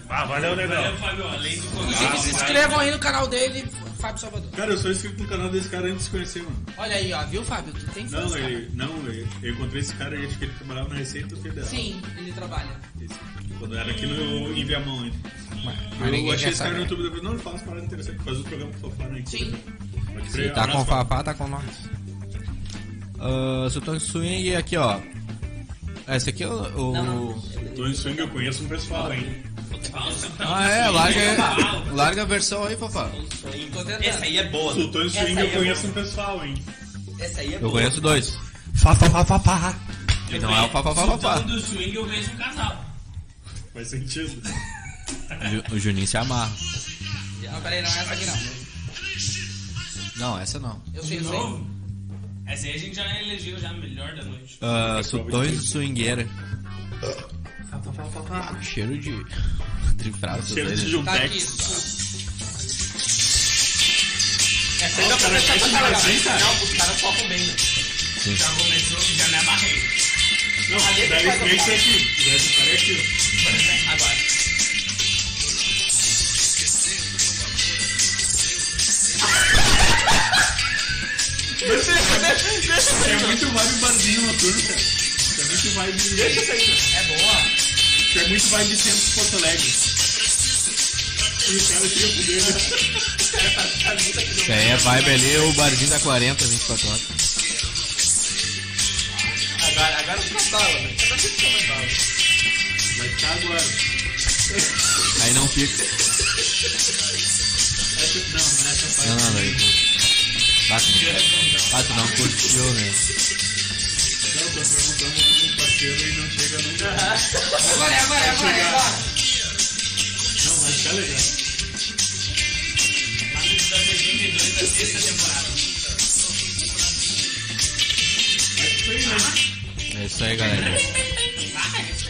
S6: Ah, valeu, negão.
S5: Valeu, Fábio, além do
S3: Inclusive, se inscrevam aí no canal dele, Fábio Salvador.
S2: Cara, eu sou inscrito no canal desse cara antes de se conhecer, mano.
S3: Olha aí, ó, viu, Fábio? Tu tem fãs,
S2: Não,
S3: cara.
S2: ele, não ele, eu encontrei esse cara e acho que ele trabalhava na Receita Federal.
S3: Sim, ele trabalha.
S2: Esse- Quando era aqui
S4: Hum.
S2: no em Viamão ainda.
S1: Mas
S2: eu
S1: ninguém
S2: achei
S1: quer
S2: esse cara no
S1: saber.
S2: YouTube depois. Não, ele faz parada interessante. Faz o programa com o Fofá, né?
S3: Sim.
S2: Pode
S1: Se
S2: crer.
S1: tá com
S2: Abraço,
S1: papá, tá com nós. Ah, Sultões do Swing aqui, ó. Essa aqui é o. o-
S2: Tô em swing, eu conheço um pessoal, hein?
S4: Eu
S1: Ah, é, larga, larga a versão aí, Fafá.
S3: Tô tentando.
S4: Essa aí é boa.
S2: Sultão e
S4: Essa
S2: Swing
S4: aí
S2: eu
S4: é
S2: conheço um pessoal, hein?
S4: boa. Essa aí é
S1: Eu
S4: boa.
S1: conheço dois. Fá, fá, fá, fá, fá.
S5: Eu
S1: Não é o
S5: vejo-
S1: pá, pá, pá, pá, pá.
S5: Sultão do swing eu vejo um casal.
S2: Faz sentido.
S1: Ju- O Juninho se amarra.
S3: Não, peraí, não é essa aqui não.
S1: Não, essa não.
S3: Eu sei, eu sei.
S5: Novo? Essa aí a gente já elegeu já a melhor da noite.
S1: Ah, Sultões de swingueira. Ah, Cheiro de. né, Trifrado.
S2: Cheiro de
S1: dois.
S3: Tá aqui.
S2: Juntex.
S4: Essa aí dá pra
S2: cara,
S4: começar
S2: esse
S4: com cara.
S2: Brasil, cara.
S4: Não, os caras focam bem, né?
S5: Já começou, já me amarrei.
S2: Não, daí vem isso aqui. Daí esse cara é aqui.
S4: Agora. Deixa, deixa, deixa
S2: É
S4: sair.
S2: muito vibe barzinho noturno, cara. Isso é muito vibe.
S4: Deixa sair. É boa.
S2: isso é muito vibe centro de Porto Alegre. E o cara né? tira pro dedo.
S1: Isso aí é vibe ali, o barzinho da 40, 24 horas.
S4: Agora, agora eu fico na sala, né? Eu não fico na sala.
S2: Vai ficar agora.
S1: Aí não fica.
S2: Essa, não, essa parte.
S1: Não, não, não. Tá com- Ah, tu não curtiu, né?
S2: Não, tô perguntando pra um parceiro e não chega nunca.
S3: Agora é, agora é, agora é. agora.
S2: Não, vai ficar legal.
S5: Lá no episódio 82 da sexta temporada.
S1: É isso aí, galera.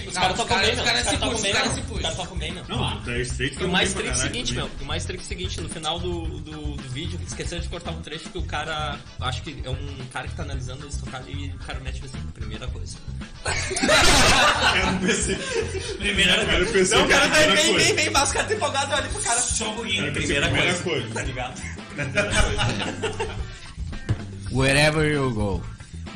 S4: Os caras
S3: Não,
S4: tocam bem,
S3: os
S4: não. Os
S3: caras se
S4: caras
S3: puxam,
S4: tocam
S3: os
S4: bem, né?
S3: caras se
S4: não. Os
S3: puxam.
S4: caras tocam bem, não.
S2: Não, tá estreito que
S4: E
S2: eu
S4: o mais
S2: pra
S4: trick
S2: caralho
S4: seguinte,
S2: também.
S4: meu. O mais trick seguinte, no final do, do, do vídeo, esqueceram de cortar um trecho que o cara. Acho que é um cara que tá analisando eles tocar ali e o cara mete assim, primeira coisa.
S2: Era um PC.
S5: Primeira
S2: Era um PC. primeira coisa.
S4: tá bem, mas o cara tá empolgado, olha pro cara.
S5: Só um
S2: Era
S5: pouquinho.
S2: o PC, primeira coisa.
S4: Tá ligado?
S1: Wherever you go.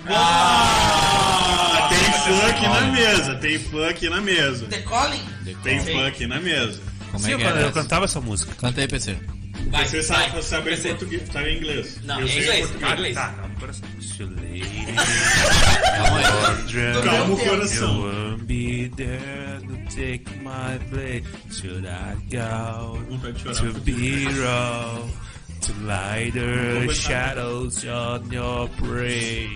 S2: Ah, tem fã aqui na mesa, tem fã aqui na mesa.
S3: The Colin?
S2: Tem fã aqui na mesa.
S1: Como é
S8: Sim,
S1: que
S8: mano,
S1: era?
S8: eu
S1: essa?
S8: cantava essa música.
S1: Canta aí, PC.
S4: Vai,
S2: Você
S4: vai.
S2: sabe saber português, sabe inglês.
S4: Não,
S2: Eu
S4: é
S2: sei
S4: inglês,
S2: português.
S4: é inglês.
S8: Tá, não, agora sim.
S1: Calma aí.
S3: É,
S2: Calma o
S8: You
S2: coração.
S8: won't be there to take my place. Should I go
S2: Vontade de
S8: to
S2: chorar.
S8: be wrong? To light the shadows on your prey.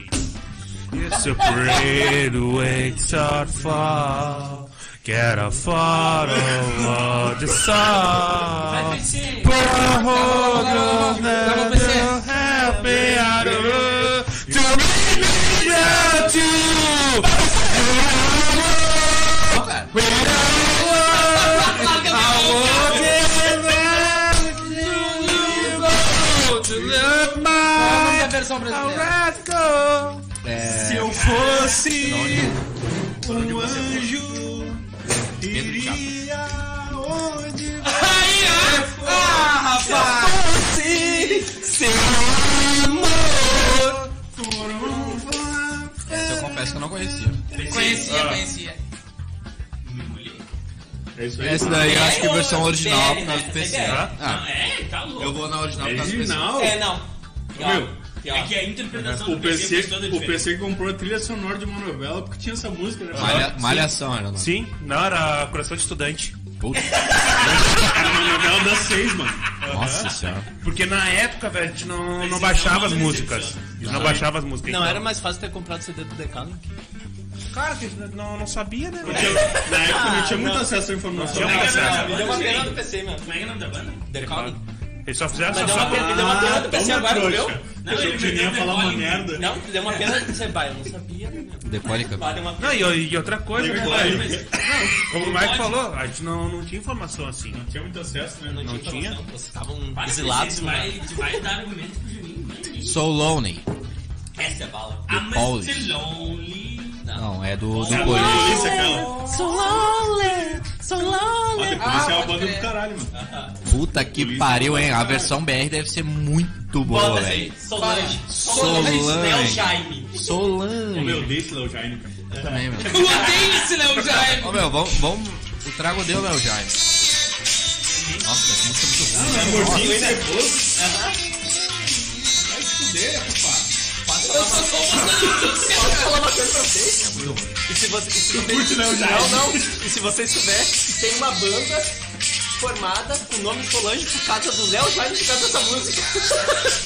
S8: Yes, a prey to wakes or fall. Get a photo of the
S3: Vai,
S8: sun.
S3: PC.
S8: Put a hold on
S3: Vai,
S8: the
S3: PC.
S8: help me out of love. To make me love you.
S3: Vamos da versão brasileira.
S1: É,
S8: eu fosse
S2: Um anjo iria onde Tá.
S4: Ah!
S1: essa eu confesso que eu não conhecia.
S3: Conhecia,
S2: Ah.
S3: conhecia.
S2: É isso aí.
S1: Essa daí eu acho que é a versão original por causa do PC.
S5: Não,
S1: Ah,
S5: é, tá louco.
S1: eu vou na original por causa do PC.
S2: Original.
S4: É, não.
S2: Meu.
S4: Pior.
S5: É que a interpretação
S2: O
S5: do PC
S2: PC,
S5: fez toda a
S2: o
S5: diferença.
S2: PC comprou a trilha sonora de uma novela porque tinha essa música, né?
S1: Malha- malhação era o nome.
S8: Sim, não, era coração de estudante.
S1: Puta,
S2: Era uma novela das seis, mano.
S1: Nossa senhora.
S8: Porque na época, velho, a gente não, não baixava as músicas. A gente não baixava as músicas.
S4: Não
S8: então.
S4: era mais fácil ter comprado o CD do Decano?
S8: Cara, que não, não sabia, né?
S2: Porque Na época não tinha muito acesso à informação.
S8: Não tinha muito acesso.
S4: Me deu uma pena do PC, meu.
S5: Como é que é o nome da banda?
S4: Decano?
S8: Eles só fizeram
S4: Mas
S8: essa
S4: deu uma pena, me deu uma pena do PC agora, viu?
S2: Não, ele que nem ia falar uma merda.
S4: Não, me deu uma pena do você, pai, eu não sabia, né, meu?
S1: Decólica.
S4: Vale uma
S8: Não, e, e outra coisa, né,
S2: Decólica.
S8: velho? Como o Mike falou, a gente não, não tinha informação assim.
S2: Não tinha muito acesso, né?
S4: Não
S8: tinha?
S4: tinha? informação, Vocês estavam
S5: Para,
S4: exilados,
S5: Exilados,
S4: mano.
S5: vai, vai dar argumentos pro Juninho. mano.
S1: So Lonely.
S4: Essa é bala.
S5: I'm
S1: Always.
S5: still lonely.
S1: Não, é do, do
S2: Sabe a
S1: Corinthians.
S2: polícia, cara.
S4: So lonely, so
S2: Ó,
S4: lonely.
S2: The Police é uma
S3: Ah, pode
S2: banda do
S3: crer.
S2: caralho, mano.
S1: Puta que pariu, hein? A versão BR deve ser muito boa,
S4: Bota essa aí.
S1: velho.
S4: Solange.
S1: Solange.
S4: Solange. É o Jaime.
S2: Ô, meu,
S1: Solange.
S2: desse Léo Jaime, cara.
S1: Eu também, meu.
S3: Eu odeio esse Léo Jaime.
S1: Ô, meu, vamos... vamos... O trago deu, meu, Jaime. Nossa, essa música é muito boa.
S2: É gordinho, ceboso.
S4: Posso falar uma coisa pra vocês? se você. Se você
S2: curte, né, o Jair?
S4: não, é não. E se você souber, tem uma banda formada com o nome Solange por causa do Léo Jaime por causa dessa música.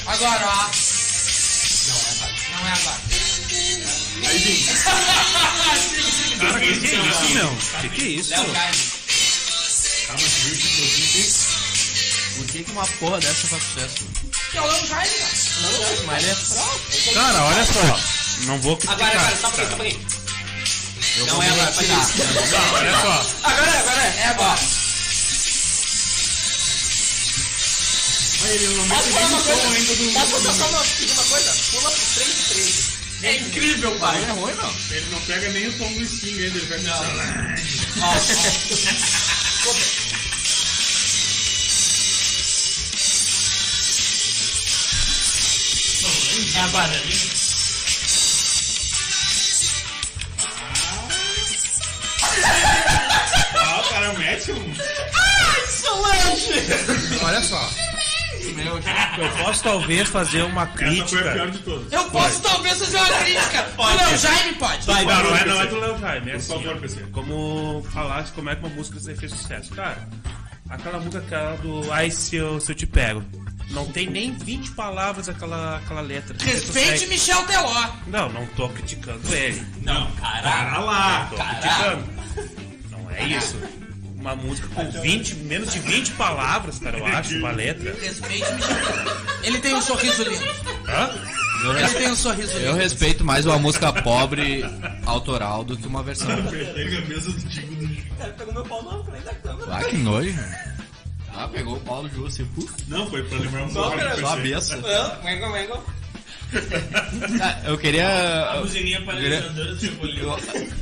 S3: Agora, ó. Não é agora.
S2: Aí, gente,
S8: Cara, que que é isso, meu? Que que é isso?
S3: Não é agora. Léo Jaime.
S2: tá, mas viu que inclusive
S1: Por que, que uma porra dessa faz sucesso?
S3: Que é o Léo Jaime, cara.
S1: Mas ele é fraco.
S8: Cara, olha só. Não vou
S4: Agora,
S8: criticar.
S4: agora, só um pouquinho, só um pouquinho. Não é agora, pode ir.
S8: Não, olha só.
S4: Agora, agora é.
S3: É agora.
S4: Posso falar uma coisa? Posso botar só uma, pedir uma coisa? Pula pro 3 e 3. É incrível, pai.
S1: Não é ruim, não.
S2: ele não pega nem o tom do Sting ainda, ele pega o
S5: É a bananinha.
S2: Ah, o cara mete um.
S1: Olha só.
S8: Eu posso talvez fazer uma
S2: Essa foi a pior
S8: crítica.
S2: de todas.
S3: Eu posso talvez fazer uma crítica. O Léo Jaime pode.
S8: Vai,
S2: vai,
S8: não, não é,
S2: PC.
S8: não é do Léo Jaime, é
S2: Por
S8: assim,
S2: favor,
S8: ó.
S2: PC.
S8: Como falasse como é que uma música você fez sucesso. Cara, aquela música aquela do Ai se eu, se eu te pego. Não tem nem 20 palavras aquela, aquela letra. Você
S3: Respeite
S8: consegue-
S3: Michel Teló.
S8: Não, não tô criticando ele.
S5: Não,
S2: Para
S5: caralho.
S2: lá.
S8: Tô criticando. Não é isso. Uma música com 20, menos de 20 palavras, cara, eu acho, uma letra.
S3: Respeite Michel Teló. Ele tem um sorriso lindo.
S8: Hã?
S1: Eu,
S3: Ele
S1: res-
S3: tem um sorriso
S1: eu
S3: lindo.
S1: respeito mais uma música pobre autoral do que uma versão.
S2: Pega a mesa do Digo do Digo.
S4: Cara, pegou meu pau não, falei da câmera.
S1: Ah, que nojo. Ah, pegou o Paulo Júlio assim, puf,
S2: Não, foi pra lembrar um
S4: Só
S2: pouco.
S4: pra-
S2: do
S1: só a
S2: PC.
S1: benção.
S4: Não, Wengo, Wengo.
S1: Ah, eu queria.
S5: A buzininha paralisadora chegou ali.
S1: Eu,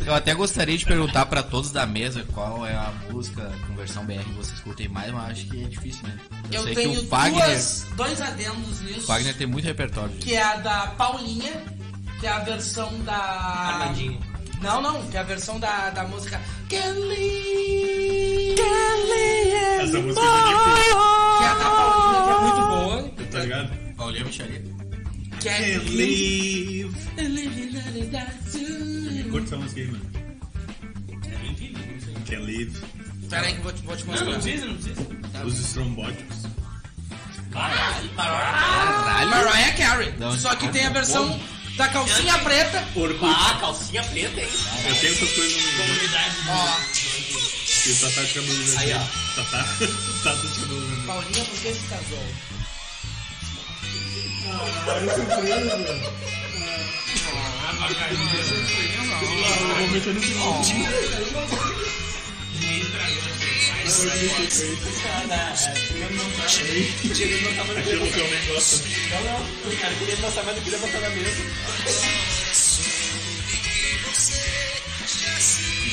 S1: eu até gostaria de perguntar pra todos da mesa qual é a música com versão BR que vocês curtem mais, mas acho que é difícil, né? Eu,
S3: Eu
S1: sei que
S3: tenho
S1: o Wagner,
S3: duas, dois adendos nisso.
S1: o Wagner tem muito repertório.
S3: Que é a da Paulinha, que é a versão da.
S4: Armandinho.
S3: Não, não, que é a versão da, da música. Kelly! Kelly!
S2: Essa música é
S3: Que é a da Paulinha, que é muito boa.
S2: bonita, tá ligado?
S1: Paulinho Micharia.
S3: Que é. Live.
S2: Curte essa música aí, mano. é Can Live,
S3: Pera aí que eu vou te, vou te
S5: Não, não
S3: mostrar.
S5: precisa, não precisa.
S2: os estrambóticos.
S3: Mariah Carey.
S1: Não,
S3: Só que
S1: não,
S3: tem a
S1: não,
S3: versão da calcinha preta.
S4: Ah, calcinha preta, hein?
S2: Eu tenho essas coisas no mundo.
S3: Ó,
S2: E o Tatá de cabelo vermelho.
S4: Aí, ó.
S2: Tatá. Tatá de cabelo vermelho.
S3: Paulinha, por que se casou?
S2: Eu vou meter nesse montinho. Aquilo que eu nem gosto.
S4: O cara queria mostrar, mas não queria mostrar na mesa.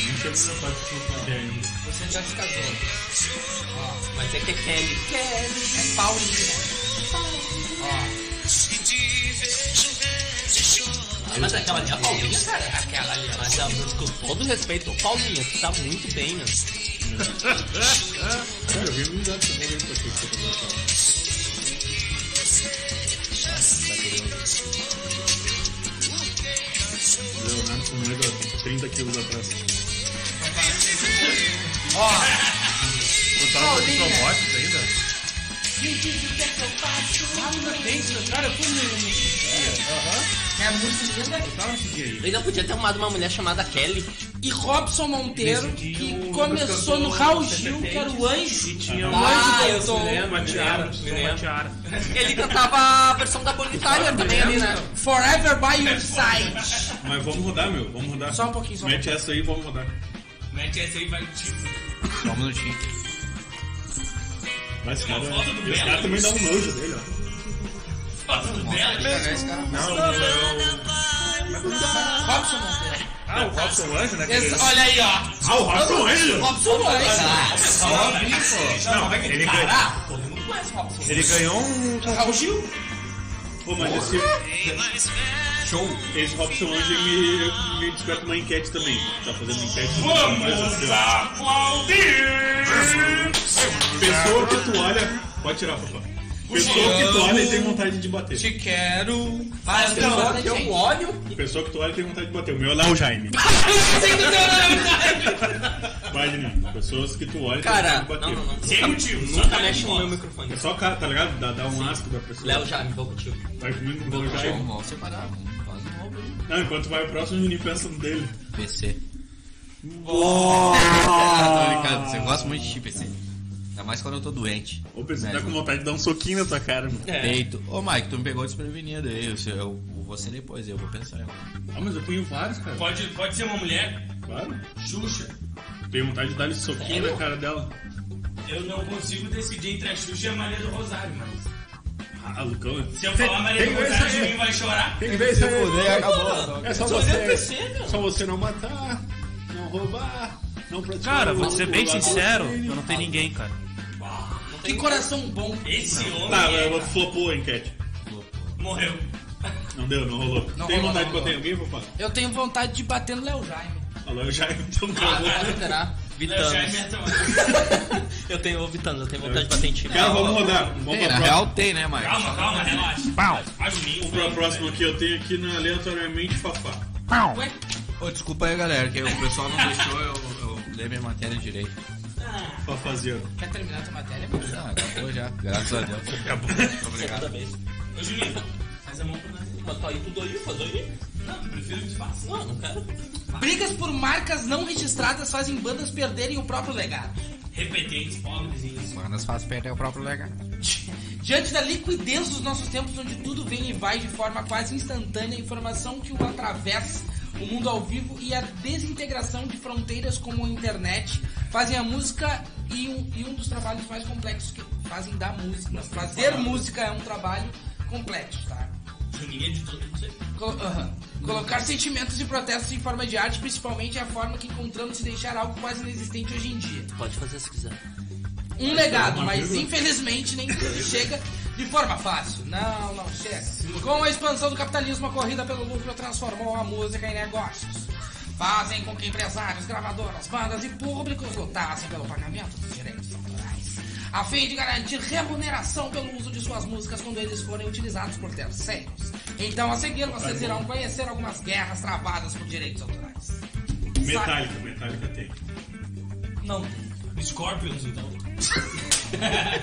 S2: Nunca vi essa parte que eu falei ainda.
S3: Você já se casou.
S4: Mas é que é Kelly.
S3: É Paulinha.
S4: Mas aquela ali, a Paulinha, cara, aquela ali, mas a música, com todo respeito, Paulinha, tu tá muito bem, meu.
S2: Cara, eu vi um dado também pra que você falou. Leonardo com medo há 30 quilos atrás.
S8: Botar os robóticos ainda?
S3: É muito linda.
S4: Ainda podia ter arrumado uma mulher chamada Kelly.
S3: E Robson Monteiro, que começou no Raul Gil, que era o anjo. Ah,
S8: Tinha um
S3: O
S8: uma,
S3: anjo
S4: eu
S3: voltou.
S4: me
S8: uma tiara,
S4: me
S8: tinha
S5: né?
S8: uma
S4: lembro.
S8: tiara.
S4: Ele cantava a versão da Bonnie Tyler também ali, né?
S3: Forever by your side.
S2: Mas vamos rodar, meu. Vamos rodar.
S3: Só um pouquinho, só um
S2: Mete essa aí e vamos rodar.
S5: Mete essa aí e vai no tipo.
S1: Só um minutinho.
S2: Mas cara,
S5: foto do
S2: esse
S5: Belo.
S2: cara também dá um nojo dele, ó.
S5: Foto do dela.
S3: Robson Monteiro.
S8: Ah, o Robson Anjo, né? que
S3: Esse-
S8: ele- é
S3: olha aí, ó.
S2: Ah, o Robson Angel!
S3: Robson Monteiro.
S8: Não, ele ganhou. Ele ganhou um.
S3: Raul Gil.
S2: Pô, mas esse... Show! Esse Robson Angel me, me desperta uma enquete também. Tá fazendo enquete.
S5: Vamos aplaudir!
S2: Pessoa que tu olha... Pode tirar, papai. Pessoa que tu olha e tem vontade de bater.
S3: Te quero.
S4: Mas
S3: Mas um não,
S4: não,
S3: gente.
S4: Ah, eu olho
S2: Pessoa que tu olha e tem vontade de bater. O meu é lá o Jaime.
S4: né?
S3: um
S2: Imagina, né? pessoas que tu olha e tem
S4: Cara,
S2: vontade de bater.
S4: não, não, não.
S5: Sem motivo, só
S4: Nunca
S5: tá
S4: mexe
S5: de
S4: no meu
S5: bosta.
S4: microfone.
S2: É só o cara, tá ligado? Dá, dá um asco pra pessoa.
S4: Léo já me vou contigo.
S2: Vai comigo com o Léo
S4: um.
S1: Vamos,
S2: Jaime.
S1: vamos separar, vamos fazer um novo aí.
S2: Não, enquanto vai o próximo, o Juninho pensa no dele.
S1: PC. Ah, tô brincando, eu gosto muito de ti, PC. Ainda mais quando eu tô doente.
S2: Ô, pessoa,
S1: Né,
S2: tá com vontade de dar um soquinho na tua cara, mano.
S5: É.
S1: Deito. Ô, Mike, tu me pegou desprevenido aí. Eu, eu, eu vou ser depois, eu vou pensar.
S2: Ah, mas eu tenho vários, cara.
S5: Pode, pode ser uma mulher.
S2: Claro.
S5: Xuxa.
S2: Tenho vontade de dar ele soquinho na cara dela.
S5: Eu não consigo decidir entre a Xuxa e a Maria do Rosário, mas...
S2: Ah, Lucão.
S5: Se eu falar Maria
S2: Tem
S5: do
S2: que ver
S5: Rosário,
S2: isso aí.
S5: Juninho vai chorar.
S2: Tem que ver isso aí.
S1: acabou.
S2: É só você. Só você não matar, não roubar, não praticar.
S8: Cara, vou
S2: o
S8: te ser bem
S2: ladrão.
S8: sincero, eu não tenho ninguém, cara.
S3: Que coração bom.
S5: Esse homem
S2: Tá,
S5: é-
S2: mas flopou a enquete.
S5: morreu.
S2: Não deu, não rolou.
S3: Não
S2: Tem
S3: rolou,
S2: vontade de
S3: não
S2: bater em alguém, Fofá?
S3: Eu tenho vontade de bater no Léo Jaime.
S2: Falou, eu já então acabou.
S3: Vai esperar.
S5: Léo Jaime
S4: Vitanos.
S5: é tão-
S4: Eu tenho, ô Vitanos, eu tenho vontade de bater em ti.
S2: Cara, vamos rodar. Vamos
S1: Tem,
S2: pra
S1: na
S2: próxima.
S1: real tem, né, Mike?
S5: Calma, calma, relaxa.
S8: Pau,
S5: Vai, Juninho.
S2: Vamos pra próxima aqui. Eu tenho aqui na aleatoriamente Fafá.
S8: pau.
S1: Ô, desculpa aí, galera, que o pessoal não deixou eu, eu ler minha matéria direito.
S2: Fafazeiro.
S3: Quer terminar tua matéria?
S1: Ah, acabou já, graças a Deus.
S4: Segunda vez.
S5: Ô, Juninho, faz a mão pra nós.
S4: Mas tá aí tudo aí, faz aí.
S5: Não, prefiro que tu faça.
S4: Não, não quero.
S3: Brigas por marcas não registradas fazem bandas perderem o próprio legado.
S5: Repetentes, pobrezinhos.
S1: Manas faz perder o próprio legado.
S3: Diante da liquidez dos nossos tempos, onde tudo vem e vai de forma quase instantânea, a informação que o atravessa, o mundo ao vivo e a desintegração de fronteiras como a internet fazem a música e um, e um dos trabalhos mais complexos que fazem da música. Mas fazer música é um trabalho complexo, tá?
S5: Juninho é editou tudo isso aí.
S3: Colo- aham. Colocar sentimentos e protestos em forma de arte, principalmente é a forma que encontramos de deixar algo quase inexistente hoje em dia.
S4: Pode fazer se quiser.
S3: Um legado, mas infelizmente nem tudo chega de forma fácil. Não, não chega. Com a expansão do capitalismo, a corrida pelo lucro transformou a música em negócios. Fazem com que empresários, gravadoras, bandas e públicos lutassem pelo pagamento dos direitos autorais, a fim de garantir remuneração pelo uso de suas músicas quando eles forem utilizados por terceiros. Então, a seguir, vocês irão conhecer algumas guerras travadas por direitos autorais.
S2: Metálica, metálica tem.
S3: Não
S5: Scorpions, então.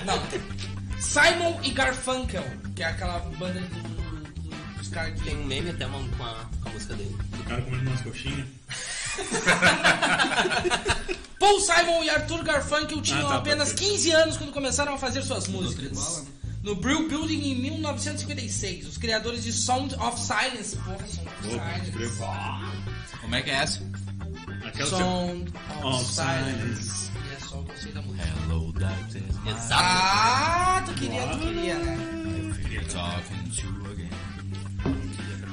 S3: Não. Simon e Garfunkel, que é aquela banda do, do- dos caras que
S4: Tem um meme até uma, com, a, com a música dele.
S2: O cara comendo umas coxinhas.
S3: Paul Simon e Arthur Garfunkel tinham
S2: Ah, tá,
S3: apenas
S2: pode
S3: 15 anos quando começaram a fazer suas músicas. No Brew Building em 1956, os criadores de Sound of Silence. Porra, Sound of
S2: Pô, pode crer.
S3: Silence.
S1: Como é que é essa?
S2: Aquela
S3: Sound of
S2: Of
S3: Silence. E é só o conselho da música.
S1: Hello, darkness.
S4: Exato.
S3: Ah, tu queria, tu queria, né?
S1: Talking to again.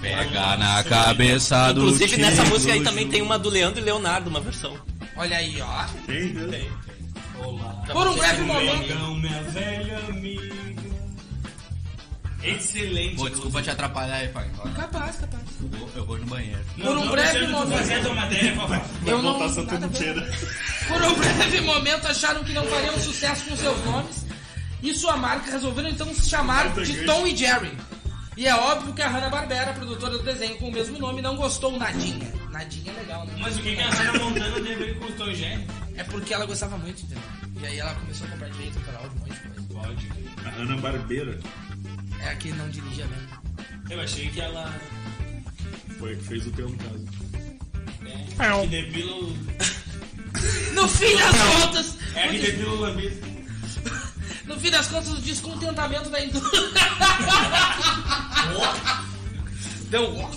S1: Pega na cabeça do
S4: Inclusive nessa
S1: Tio
S4: música aí
S1: Ju.
S4: também tem uma do Leandro e Leonardo, uma versão.
S3: Olha aí, ó.
S2: que tem, né?
S5: Olá.
S3: Por um breve momento.
S5: Então, minha velha amiga. Excelente.
S1: Pô, desculpa te atrapalhar aí, pai.
S3: Capaz, capaz.
S1: Eu vou, eu vou no banheiro.
S3: Por um breve
S5: Não
S3: momento.
S5: fazer a tua matéria, papai.
S3: Eu não.
S2: Voltar Santa
S3: nada a ver.
S2: Mentira.
S3: Por um breve momento acharam que não fariam sucesso com seus nomes e sua marca resolveram então se chamar de Tom e Jerry. E é óbvio que a Hanna-Barbera, produtora do desenho com o mesmo nome, não gostou nadinha. Nadinha é legal, né?
S5: Mas o que, que a Hannah Montana tem a ver com o Tom Jerry?
S3: É porque ela gostava muito, entendeu? E aí ela começou a comprar direito autoral de um monte de coisa.
S2: A Ana Barbeira
S3: É a que não dirigia bem.
S5: Eu achei que ela.
S2: foi a que fez o teu no caso.
S5: É, que debila o.
S3: No fim das contas,
S5: É que debila o lambido.
S3: no fim das contas, o descontentamento da indústria. Deu
S2: um
S3: ó.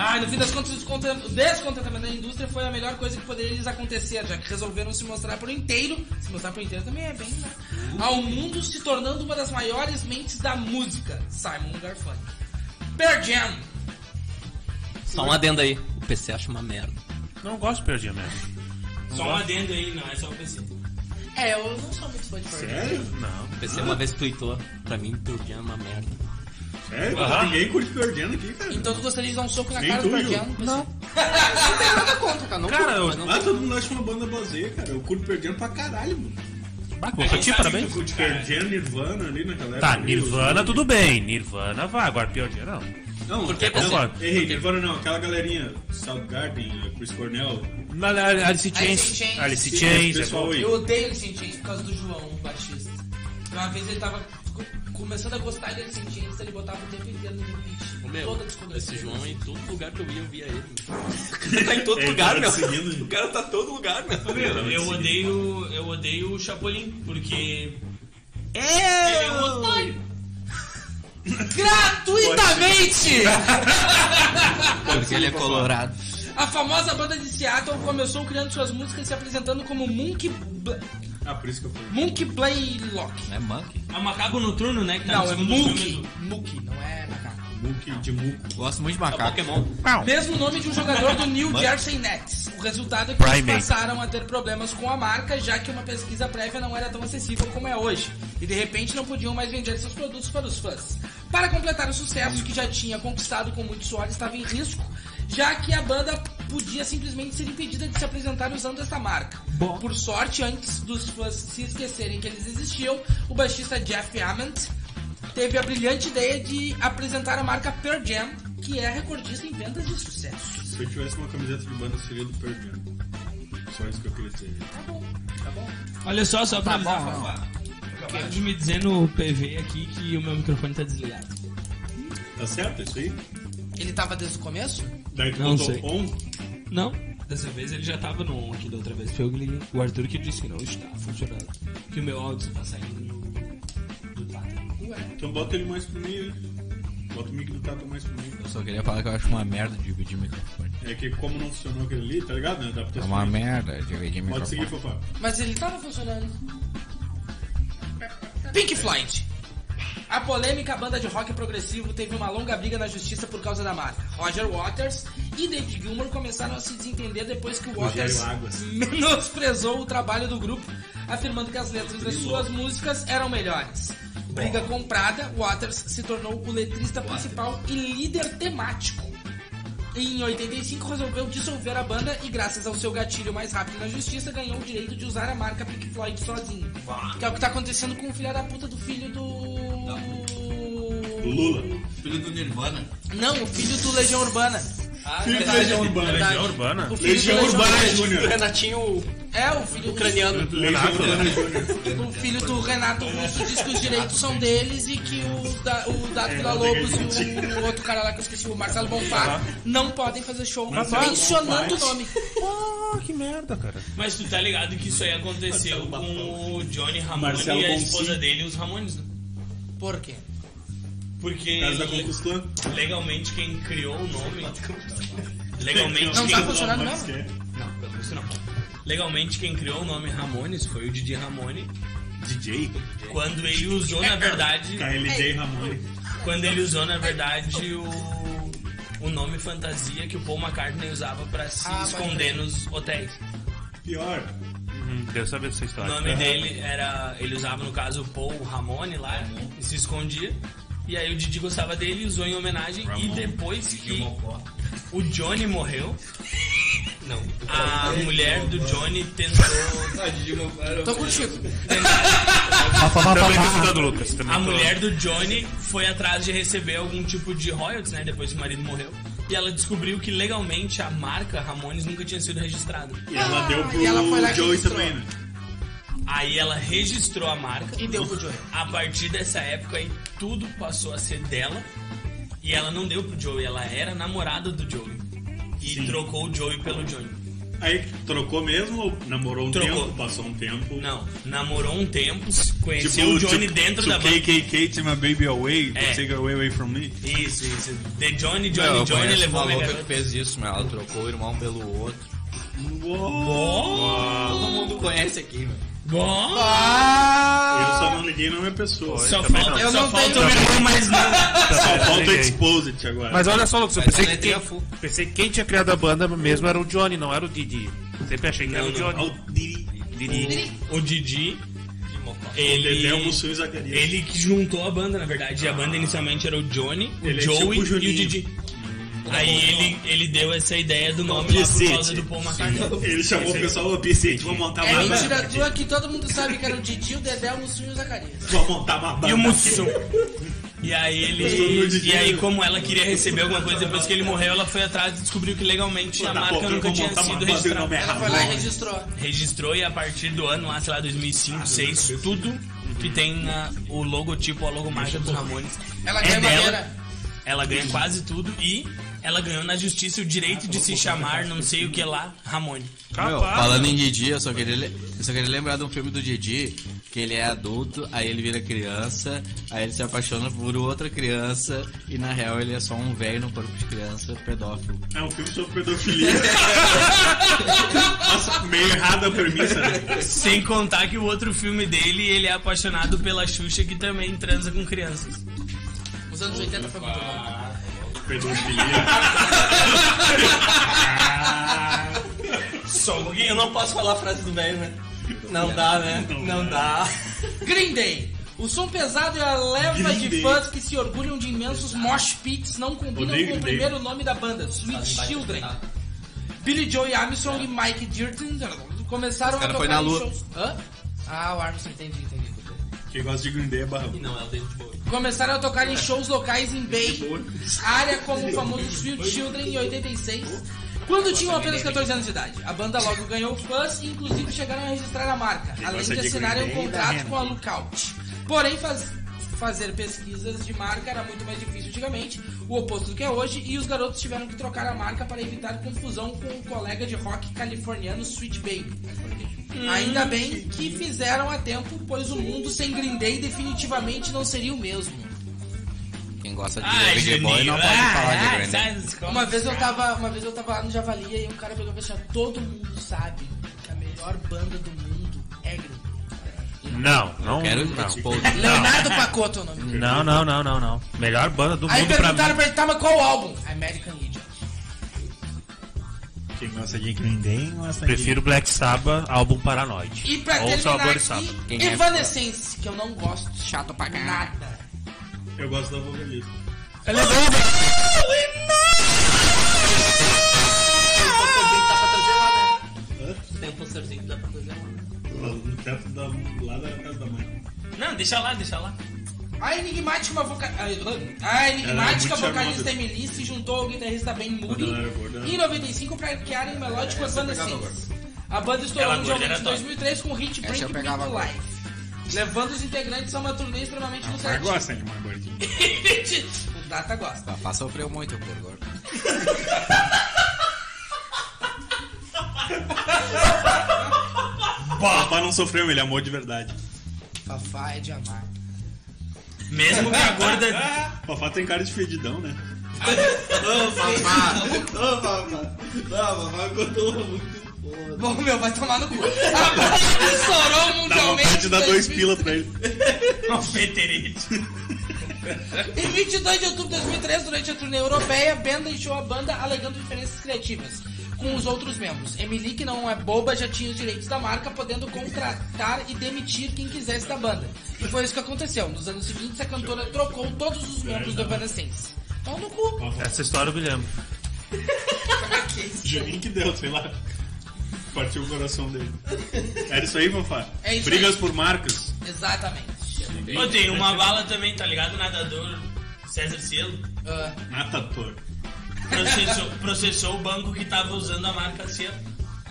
S3: Ah, no fim das contas, o desconten- o descontentamento da indústria foi a melhor coisa que poderia lhes acontecer, já que resolveram se mostrar por inteiro. Se mostrar por inteiro também é bem, né?
S2: Uhum.
S3: Ao mundo, se tornando uma das maiores mentes da música, Simon Garfunkel. Pearl Jam.
S4: Só um adendo aí. O PC acha uma merda.
S8: Não gosto de perder mesmo.
S5: Só um adendo aí, não é só o PC.
S3: É, eu não sou muito fã de Pearl Jam.
S2: Sério?
S8: Não.
S4: O PC uma vez tweetou. Pra mim, Turbian é uma merda.
S2: Sério?
S8: Aham.
S2: É, Ninguém curte perdendo aqui, cara.
S3: Então tu gostaria de dar um soco na
S2: Nem
S3: cara do
S2: tu,
S3: Pearl
S2: Ju?
S3: Jam? Não.
S4: Não, cara, não
S8: Cara,
S4: curto,
S8: eu-
S4: mas não-
S2: Ah, todo mundo acha uma banda blazer, cara. Eu curto perdendo pra caralho, mano.
S8: Bah, vou pra ti, parabéns.
S2: Tipo, perdia Nirvana ali naquela época.
S8: Tá,
S2: ali,
S8: Nirvana
S2: os-
S8: tudo bem, Nirvana vai, agora pior dia não.
S2: Não,
S9: Por que
S2: não,
S8: você-
S2: Errei, Nirvana não, aquela galerinha. Soundgarden, Chris Cornell.
S8: Na- na- Alice
S3: Alice
S8: Chains,
S3: in Chains.
S8: Alice
S2: Esse
S8: Chains, é
S2: pessoal
S8: bom.
S2: aí.
S3: Eu odeio Alice in Chains por causa do João, o baixista. Uma vez ele tava co- começando a gostar de Alice in Chains, então ele botava o tempo inteiro no repeat.
S9: Ô, Meu,
S3: toda a discografia.
S9: esse João é em todo lugar que eu ia, eu via ele. O cara tá em todo
S2: É, Ele
S9: lugar,
S2: tava
S9: meu.
S2: te seguindo, gente.
S9: O cara tá em todo lugar, meu.
S4: Ô, meu, eu odeio, eu odeio o Chapolin, porque ele é um
S3: Eu...
S4: otário.
S3: Gratuitamente!
S1: Porque ele é colorado.
S3: A famosa banda de Seattle começou criando suas músicas e se apresentando como Monkey, Bla-
S2: Ah, por isso que eu falei.
S3: Monkey Playlock.
S1: É monkey?
S4: É um macaco noturno, né? Que tá no
S3: Não, é
S4: segundo
S3: Mookie.
S4: filme do-
S3: Mookie, não é macaco.
S2: Muki de Muco.
S1: Gosto muito de
S4: É um
S1: macaco.
S9: Pokémon.
S3: Mesmo nome de um jogador do New Jersey Nets. O resultado é que eles
S8: Primate.
S3: passaram a ter problemas com a marca, já que uma pesquisa prévia não era tão acessível como é hoje. E de repente não podiam mais vender seus produtos para os fãs. Para completar o sucesso que já tinha conquistado com muito suor, estava em risco, já que a banda podia simplesmente ser impedida de se apresentar usando essa marca. Por sorte, antes dos fãs se esquecerem que eles existiam, o baixista Jeff Ament teve a brilhante ideia de apresentar a marca Pearl Jam, que é recordista em vendas de sucesso.
S2: Se eu tivesse uma camiseta de banda, seria do Pearl Jam. Só isso que eu queria dizer.
S4: Olha só, só
S9: Tá
S4: pra avisar, Fafá. Acabaram de me dizer no PV aqui que o meu microfone tá desligado.
S2: Tá certo isso aí?
S3: Ele tava desde o começo?
S2: Daí tu
S4: Não
S2: botou
S4: sei.
S2: on.
S4: Não, dessa vez ele já tava no on aqui da outra vez. Foi eu que liguei. O Arthur que disse que não está funcionando. Que o meu áudio tá saindo do- do tato.
S2: Então bota ele mais pro meio. né? Bota o mic do Tato mais pro meio.
S1: Eu só queria falar que eu acho uma merda dividir microfone.
S2: É que como não funcionou aquele ali, tá ligado? Né?
S1: É
S2: Adaptação.
S1: uma merda dividir
S2: Pode seguir,
S1: microfone.
S2: Fofá.
S3: Mas ele tava funcionando. Pink Floyd. A polêmica banda de rock progressivo teve uma longa briga na justiça por causa da marca. Roger Waters e David Gilmour começaram a se desentender depois que o
S2: Rogério
S3: Waters
S2: Águas.
S3: menosprezou o trabalho do grupo, afirmando que as letras das suas músicas eram melhores. Briga comprada, Waters se tornou o letrista principal e líder temático. Em 85 resolveu dissolver a banda e graças ao seu gatilho mais rápido na justiça ganhou o direito de usar a marca Pink Floyd sozinho. Que é o que tá acontecendo com o filho da puta do filho
S2: Do
S3: do...
S2: Lula.
S9: Filho do Nirvana.
S3: Não, o filho do Legião Urbana.
S2: Filho da Legião Urbana. então.
S8: Legião é Urbana.
S3: O filho
S2: Legião
S3: do Legião
S2: Urbana
S3: Urbana.
S2: Júnior.
S9: Renatinho
S3: É, o filho do
S9: ucraniano.
S2: Legião Urbana Júnior.
S3: O filho do Renato Russo diz que os direitos são deles e que o, da, o
S2: É,
S3: Dato Vila Lobos e o outro cara lá que eu esqueci, o Marcelo Bonfá, não podem fazer show mencionando o nome.
S8: Ah, que merda, cara.
S4: Mas tu tá ligado que isso aí aconteceu com o Johnny Ramone
S2: Marcelo
S4: e a
S2: Bonfim.
S4: esposa dele, os Ramones, né?
S3: Por quê?
S4: Porque
S2: Casa da Concus Clã.
S4: legalmente quem criou o nome. Legalmente
S3: Não
S4: quem
S3: tá funcionando
S2: Mas
S3: mesmo?
S2: que é.
S4: Não, pelo menos não. Legalmente quem criou o nome Ramones foi o Didi Ramone.
S2: DJ?
S4: Quando ele usou, na verdade.
S3: É.
S2: KLJ Ramone.
S4: Quando ele usou, na verdade, o. O nome fantasia que o Paul McCartney usava pra se
S3: Ah, pode
S4: esconder
S3: crer.
S4: nos hotéis.
S2: Pior.
S8: Uhum, Devo saber dessa
S4: O
S8: história.
S4: nome
S8: Aham.
S4: dele era. Ele usava no caso o Paul Ramone lá e se escondia. E aí o Didi gostava dele, usou em homenagem. E depois que o Johnny morreu,
S9: Não.
S4: a mulher do Johnny tentou.
S3: Tô contigo.
S8: Também tô estudando, Lucas. Também
S4: A
S8: tô-
S4: mulher do Johnny foi atrás de receber algum tipo de royalties, né? Depois que o marido morreu. E ela descobriu que legalmente a marca Ramones nunca tinha sido registrada.
S2: E ela
S3: Ah,
S2: deu
S3: e ela foi
S2: pro
S3: lá que
S2: Joey
S3: registrou.
S2: também, né?
S4: Aí ela registrou a marca.
S3: E deu pro Joey.
S4: A partir dessa época aí, tudo passou a ser dela. E ela não deu pro Joey, ela era namorada do Joey. E trocou o Joey pelo Johnny.
S2: Aí trocou mesmo ou namorou um
S4: Trocou.
S2: tempo? Passou um tempo? Tipo,
S4: Não, namorou um tempo, se conheceu o Johnny dentro da banda.
S2: KKK, Take My Baby Away,
S4: É.
S2: Take Away Away From Me.
S4: Isso, isso. The Johnny,
S1: Não,
S4: Johnny,
S1: eu
S4: Johnny
S1: conheço
S4: levou
S1: uma
S4: a minha
S1: louca que
S4: garota.
S1: fez isso, mas ela trocou o irmão pelo outro.
S4: Bom,
S1: Todo mundo conhece aqui, velho.
S4: bom.
S2: Eu só não liguei na minha pessoa. Tá,
S4: Só
S8: também
S4: falta,
S3: não. Eu
S4: só
S3: não
S4: falta
S3: tenho-
S4: o irmão mais novo.
S8: Também
S2: Só
S8: não
S2: falta
S8: liguei.
S2: Exposit agora.
S8: Mas olha só, Lucas, eu
S1: Mas
S8: pensei
S1: ela
S8: que,
S1: é
S8: quem,
S1: tempo.
S8: pensei que quem tinha criado a banda mesmo era o Johnny, não era o Didi. Sempre achei que era
S4: Não,
S8: o
S4: não.
S8: Johnny.
S2: Ao Didi.
S4: Didi. O Didi,
S2: O Dedé
S4: ele,
S2: almoçou e Zacarias.
S4: ele que juntou a banda, na verdade. E a banda inicialmente era o Johnny, o
S2: Ah. Ele é
S4: Joey
S2: tipo o
S4: e o
S2: Juninho. Tá
S4: Didi. Aí ele,
S2: então.
S4: ele deu essa ideia do nome lá por causa do Paul McCartney.
S2: Ele chamou o pessoal do Piscite, vamos montar
S3: É
S2: uma banda.
S3: mentira tua que todo mundo sabe que era o Didi, o Dedé, o Mussu e o Zacarias.
S2: Vamos montar uma banda.
S4: E o Mussum. E aí
S2: Todo mundo
S4: ele.
S2: de
S4: E aí,
S2: dinheiro.
S4: como ela queria receber alguma coisa depois que ele morreu, ela foi atrás e descobriu que legalmente
S2: Tá,
S4: a
S2: pô,
S4: marca
S2: eu
S4: nunca
S2: vou
S4: tinha
S2: montar uma
S4: sido
S2: banda, o
S4: registrada.
S2: nome é
S3: Ela foi lá e
S2: Ramon.
S3: registrou.
S4: registrou e a partir do ano lá, sei lá,
S2: Ah,
S4: 2005, 2006, tudo
S2: Uhum.
S4: que tem ah, o logotipo, a logomarca dos Ramones
S3: Ela
S4: é
S3: ganhou
S4: dela.
S3: madeira.
S4: Ela ganha quase tudo e ela ganhou na justiça o direito de se chamar não sei o que lá Ramone.
S1: Meu, falando em Didi, eu só, queria, le- eu só queria lembrar de um filme do Didi, que ele é adulto, aí ele vira criança, aí ele se apaixona por outra criança, e na real ele é só um velho no corpo de criança, pedófilo.
S2: É um filme sobre pedofilia. Nossa, meio errada a premissa, né?
S4: Sem contar que o outro filme dele, ele é apaixonado pela Xuxa que também transa com crianças.
S3: Os anos 80 foi muito bom.
S2: Pedofilia.
S10: Só um pouquinho, eu não posso falar a frase do velho, né? Não dá, né? Não dá.
S3: Green Day. O som pesado e a leva
S2: Green
S3: de
S2: Day.
S3: fãs que se orgulham de imensos mosh pits não
S2: Odeio
S3: combinam com
S2: Green
S3: o
S2: Day.
S3: primeiro nome da banda, Sweet Children. Billy Joe Armstrong e Mike Dirton começaram a
S1: cara
S3: tocar
S1: foi na
S3: em
S1: lua.
S3: shows. Hã? Ah, o Armstrong, entendi, entendi.
S2: Quem gosta de Green Day é barrão.
S10: Não, é o David Bowie.
S3: Começaram a tocar em shows locais em Bay, área como o famoso Sweet Children em 86, quando tinham apenas 14 anos de idade. A banda logo ganhou fãs e inclusive chegaram a registrar a marca, além
S2: gosta
S3: de
S2: de
S3: assinarem um
S2: Green Day,
S8: É.
S3: contrato com a Lookout. Porém, faz- fazer pesquisas de marca era muito mais difícil antigamente, o oposto do que é hoje, e os garotos tiveram que trocar a marca para evitar confusão com o colega de rock californiano Sweet Baby.
S8: Hum.
S3: Ainda bem que fizeram a tempo, pois o mundo sem Green Day definitivamente não seria o mesmo.
S1: Quem gosta de
S4: Ai,
S1: Big Boy
S4: Juninho,
S1: não pode
S4: ah,
S1: falar
S4: ah,
S1: de Green Day.
S4: sai dos
S3: Uma
S4: comentários.
S3: vez eu tava, uma vez eu tava lá no Javali e um cara pegou e falou assim, ó, todo mundo sabe que a melhor banda do mundo é Green Day.
S8: Não, não,
S1: Quero tipo,
S8: não.
S1: expor.
S3: Leonardo Pacoto é o nome dele.
S8: Não, não, não, não, não. Melhor banda do
S3: Aí
S8: mundo pra mim.
S3: perguntaram pra ele, tá, mas qual o álbum? American Idiot.
S2: Quem gosta de Green Day gosta
S8: Prefiro Black Sabbath, álbum Paranoid.
S3: E pra
S8: Ou
S3: terminar
S8: Sabor e
S3: aqui,
S8: Sábado.
S1: Quem é?
S3: Evanescence, que eu não gosto, chato pra nada.
S2: de. Eu gosto da vocalista.
S3: né?
S10: Tem um posterzinho que dá pra fazer lá.
S2: No teto da, lá da casa da mãe.
S4: Não, deixa lá, deixa lá.
S3: A enigmática, voca... a enigmática
S2: Ela é muito
S3: vocalista
S2: charmosa.
S3: Emily se juntou ao guitarrista Ben Moody
S2: Quando ela era gorda.
S3: em 95 para criarem o melódico Evanescence. A banda estourou
S4: Ela
S3: no dia
S4: gorda
S3: 20
S4: era
S3: de 2003 com o hit
S1: Essa
S3: Break
S1: eu
S3: Me
S1: pegava
S3: to
S1: agora.
S3: Life, levando os integrantes a uma turnê extremamente
S2: Mas
S3: lucrativa.
S2: gosta de uma gordinha.
S3: o Data gosta.
S1: Tá, pá, sofreu muito por gordo.
S2: Babá não sofreu, ele amou de verdade.
S3: Fafá é de amar.
S4: Mesmo que a gorda
S2: Fafá tem cara de fedidão, né?
S3: Bom, meu, vai tomar no cu. A banda estourou
S2: Dá
S3: mundialmente.
S2: vontade de dar
S3: em
S2: dois
S3: 2003.
S2: pila pra ele.
S4: Alfeterite.
S3: Em 22 de outubro de 2003, durante a turnê europeia, Ben deixou a banda alegando diferenças criativas com os outros membros. Emily, que não é boba, já tinha os direitos da marca, podendo contratar e demitir quem quisesse da banda. E foi isso que aconteceu. Nos anos seguintes, a cantora trocou todos os membros do Evanescence. Pau Então, no cu.
S8: Essa história eu me lembro.
S2: Juninho que deu, sei lá. Partiu o coração dele. Era isso aí, Fafá?
S3: É isso
S2: Brigas
S3: aí.
S2: por marcas.
S3: Exatamente.
S4: Ô, tem uma bala também, tá ligado? Nadador César Cielo
S3: Ah,
S2: Matador.
S4: processou, processou o banco que tava usando a marca Cielo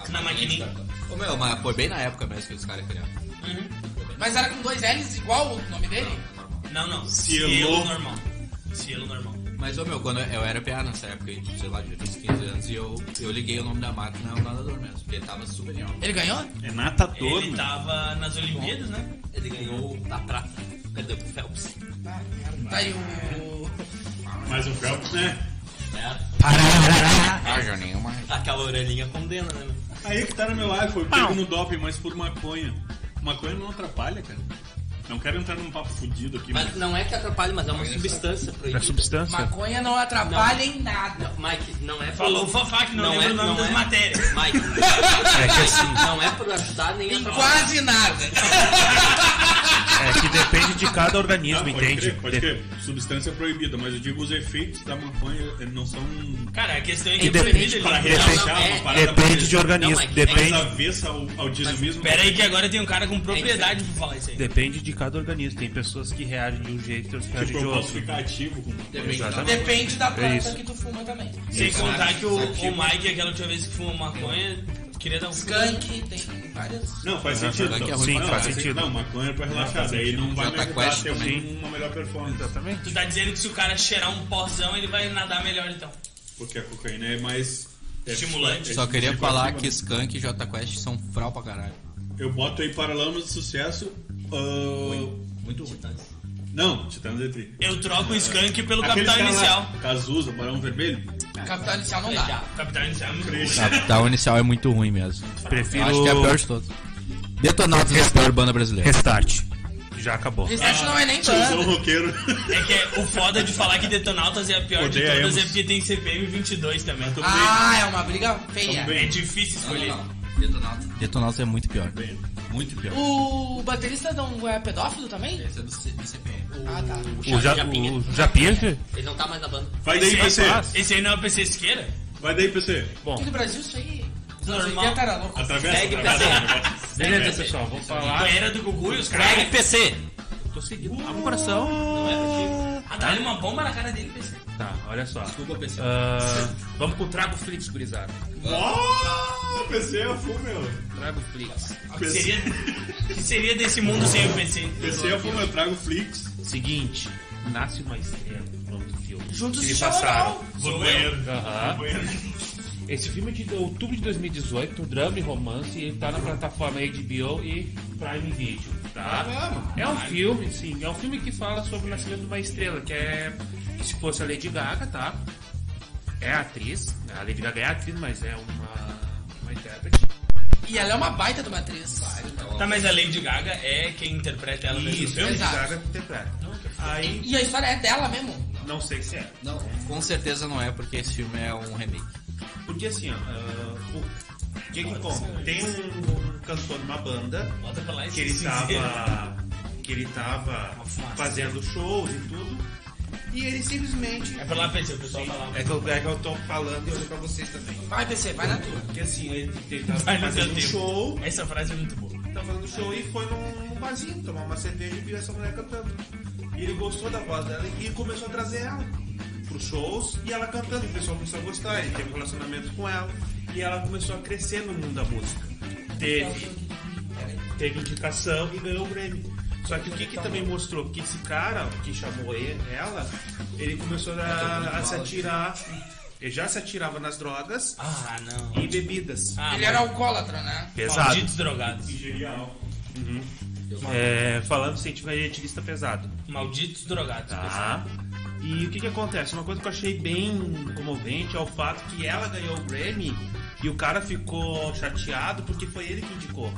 S4: na maquininha.
S1: Ô meu, mas foi bem na época mesmo que os caras queriam.
S4: Uhum.
S3: mas era com dois L's igual o nome dele?
S4: Não, não.
S2: Cielo.
S4: Cielo normal. Cielo normal.
S1: Mas, ô meu, quando eu era PA nessa época, eu tinha, sei lá, devia ter uns 15 anos, e eu, eu liguei o nome da máquina ao nadador mesmo, porque tava super em alta.
S3: Ele ganhou?
S2: É natador,
S4: Ele
S2: mano.
S4: tava nas Olimpíadas, né?
S10: Ele ganhou da prata. Perdeu pro Phelps.
S3: Tá aí o...
S2: Mas o Phelps, né?
S10: É,
S1: Ah, Joninho, mas...
S10: Tá aquela orelhinha condena, né? meu?
S2: Aí que tá no meu live, foi pego no doping, mas por maconha. Maconha não atrapalha, cara. Não quero entrar num papo fudido aqui, mas...
S10: Mas não é que atrapalha, mas é uma substância
S8: É
S10: proibida.
S8: substância.
S3: Maconha não atrapalha em nada.
S10: Mike, não é...
S4: Falou o Fafá que não,
S10: Não
S4: lembra
S10: é,
S4: o nome
S10: não
S4: das
S10: é.
S4: matérias.
S10: Mike,
S8: É que assim,
S10: não é por ajudar nem
S3: Em
S10: atrapalhar.
S3: quase nada.
S6: É que depende de cada
S2: Ah,
S6: organismo,
S2: pode
S6: entende?
S2: crer, pode
S6: De-
S2: crer. Substância proibida, mas eu digo os efeitos da maconha eh, não é- são.
S4: Cara, a questão é
S6: Que
S4: que
S6: depende
S4: proibido
S2: Para
S4: ele.
S6: depende-
S2: relaxar uma parada
S6: Depende de
S2: mais-
S6: organismo,
S8: Não, é que-
S2: mais
S6: depende,
S2: avessa ao, ao desmismo.
S4: Pera aí que agora tem um cara com propriedade pra falar isso aí.
S6: depende de cada organismo. Tem pessoas que reagem de um jeito, tem outras que
S2: Tipo,
S6: reagem de
S2: eu posso
S6: outro.
S2: ficar ativo com.
S6: Exatamente. É
S3: Depende da planta
S6: isso.
S3: que tu fuma também.
S4: Sem contar que o, o Mike, aquela última vez que fumou maconha, queria dar um
S3: Skunk, tem várias.
S2: Não, faz sentido.
S1: Não, que é
S2: não.
S1: ruim,
S6: Sim,
S2: Não,
S6: faz
S2: mas-
S6: sentido.
S2: Não, maconha é pra relaxar, daí não vai me
S1: Jota
S2: ajudar
S1: Quest
S2: a ter um-
S1: também.
S2: uma melhor performance.
S6: Exatamente.
S4: Tu tá dizendo que se o cara cheirar um porzão, ele vai nadar melhor então.
S2: Porque a cocaína é mais. é-
S4: Estimulante.
S2: é
S1: Só queria
S2: psicoativa,
S1: falar
S2: né?
S1: que Skunk e Jota Quest são fral pra caralho.
S2: Eu boto aí Paralamas de Sucesso. ah,
S1: Muito ruim. tá?
S2: Não, Titãs de Tri.
S4: Eu troco o skunk pelo
S2: Aquele
S4: capital
S2: cara lá,
S4: inicial.
S2: Cazuza, Barão Vermelho.
S3: Capital inicial não dá.
S4: Capital inicial é muito ruim.
S1: Capital Inicial é muito ruim mesmo. Eu
S6: Prefiro
S1: acho que é a pior de todas. Detonados é a pior banda brasileira.
S6: restart. Já acabou.
S3: Restart não é nem
S2: Tiozão
S3: banda.
S2: um roqueiro.
S4: É que é- o foda de falar que Detonautas é a pior de
S2: Odeia emos.
S4: todas é porque tem CPM 22 também.
S3: Ah, é uma briga feia.
S4: É difícil
S3: Não,
S4: escolher.
S3: não, não. Detonauta.
S1: Detonados é muito pior. Muito pior.
S3: O baterista não é pedófilo também?
S11: Esse é do C- do CPM.
S3: Ah, tá.
S6: O, ja,
S8: Japinha.
S6: o Japinha, é filho?
S8: Ele não tá mais na banda.
S2: Vai daí,
S4: esse,
S2: PC.
S4: aí, esse aí não é o PC Siqueira?
S2: Vai daí, PC.
S3: Aqui no Brasil isso aí.
S4: Normal.
S3: Normal. Era louco.
S2: Atravessa.
S8: Segue,
S2: atravessa.
S6: Beleza, pessoal, vou falar.
S4: Banheira do Gugu e os
S8: Craig
S4: caras.
S8: PC.
S1: Tô seguindo o coração.
S4: Ah, dá-lhe uma bomba na cara dele, PC.
S6: Tá, olha só.
S11: Desculpa, PC.
S6: Ah, vamos com o Trago Flix, gurizada.
S2: Ó, PC é full, meu.
S11: Trago Flix.
S4: O que seria, o que seria desse mundo sem o PC?
S2: PC é full, eu trago Flix.
S6: Seguinte, nasce uma estrela, o nome do filme.
S3: Juntos
S6: Eles
S3: se chamam
S6: passaram.
S3: não.
S4: Sou eu.
S6: Aham. Esse filme é de outubro de 2018, um drama e romance, e ele tá na plataforma HBO e Prime Video, tá? É um filme, sim, é um filme que fala sobre o nascimento de uma estrela, que é que se fosse a Lady Gaga, tá? É atriz, a Lady Gaga é atriz, mas é uma, uma intérprete.
S3: E ela é uma baita de uma atriz.
S10: então.
S4: Tá, mas a Lady Gaga é quem interpreta ela mesmo.
S6: Isso, é a Lady
S3: Exato.
S6: Gaga que interpreta. Aí,
S3: E a história é dela mesmo.
S6: não sei se é.
S1: Não, com certeza não é, porque esse filme é um remake.
S6: Porque assim, ó, ah, o que que conta? Tem um cantor numa banda
S4: Bota pra lá e
S6: que ele tava, que ele tava fazendo shows e tudo. E ele simplesmente.
S4: É pra lá, PC, o pessoal tá lá.
S6: É que eu, é que eu tô falando e olho pra vocês também.
S3: Vai, PC, vai na tua.
S6: Porque assim, ele, ele tava
S4: Vai no
S6: fazendo
S4: teu
S6: um
S4: tempo.
S6: show,
S4: Essa frase é muito boa.
S6: tava Tá fazendo show e foi num barzinho tomar uma cerveja e viu essa mulher cantando. E ele gostou da voz dela e começou a trazer ela pros shows e ela cantando. E o pessoal começou a gostar, ele teve um relacionamento com ela e ela começou a crescer no mundo da música. Teve teve indicação e ganhou o Grammy. Só que o que, que também mostrou? Que esse cara que chamou ele, ela, ele começou a, a se atirar. Ele já se atirava nas drogas
S4: Ah, não.
S6: e bebidas.
S4: Ah,
S3: Ele era alcoólatra, né?
S4: Malditos drogados.
S6: É, falando sentido ativista pesado.
S4: Malditos drogados.
S8: Ah.
S6: Tá. E o que, que acontece? Uma coisa que eu achei bem comovente é o fato que ela ganhou o Grammy e o cara ficou chateado porque foi ele que indicou.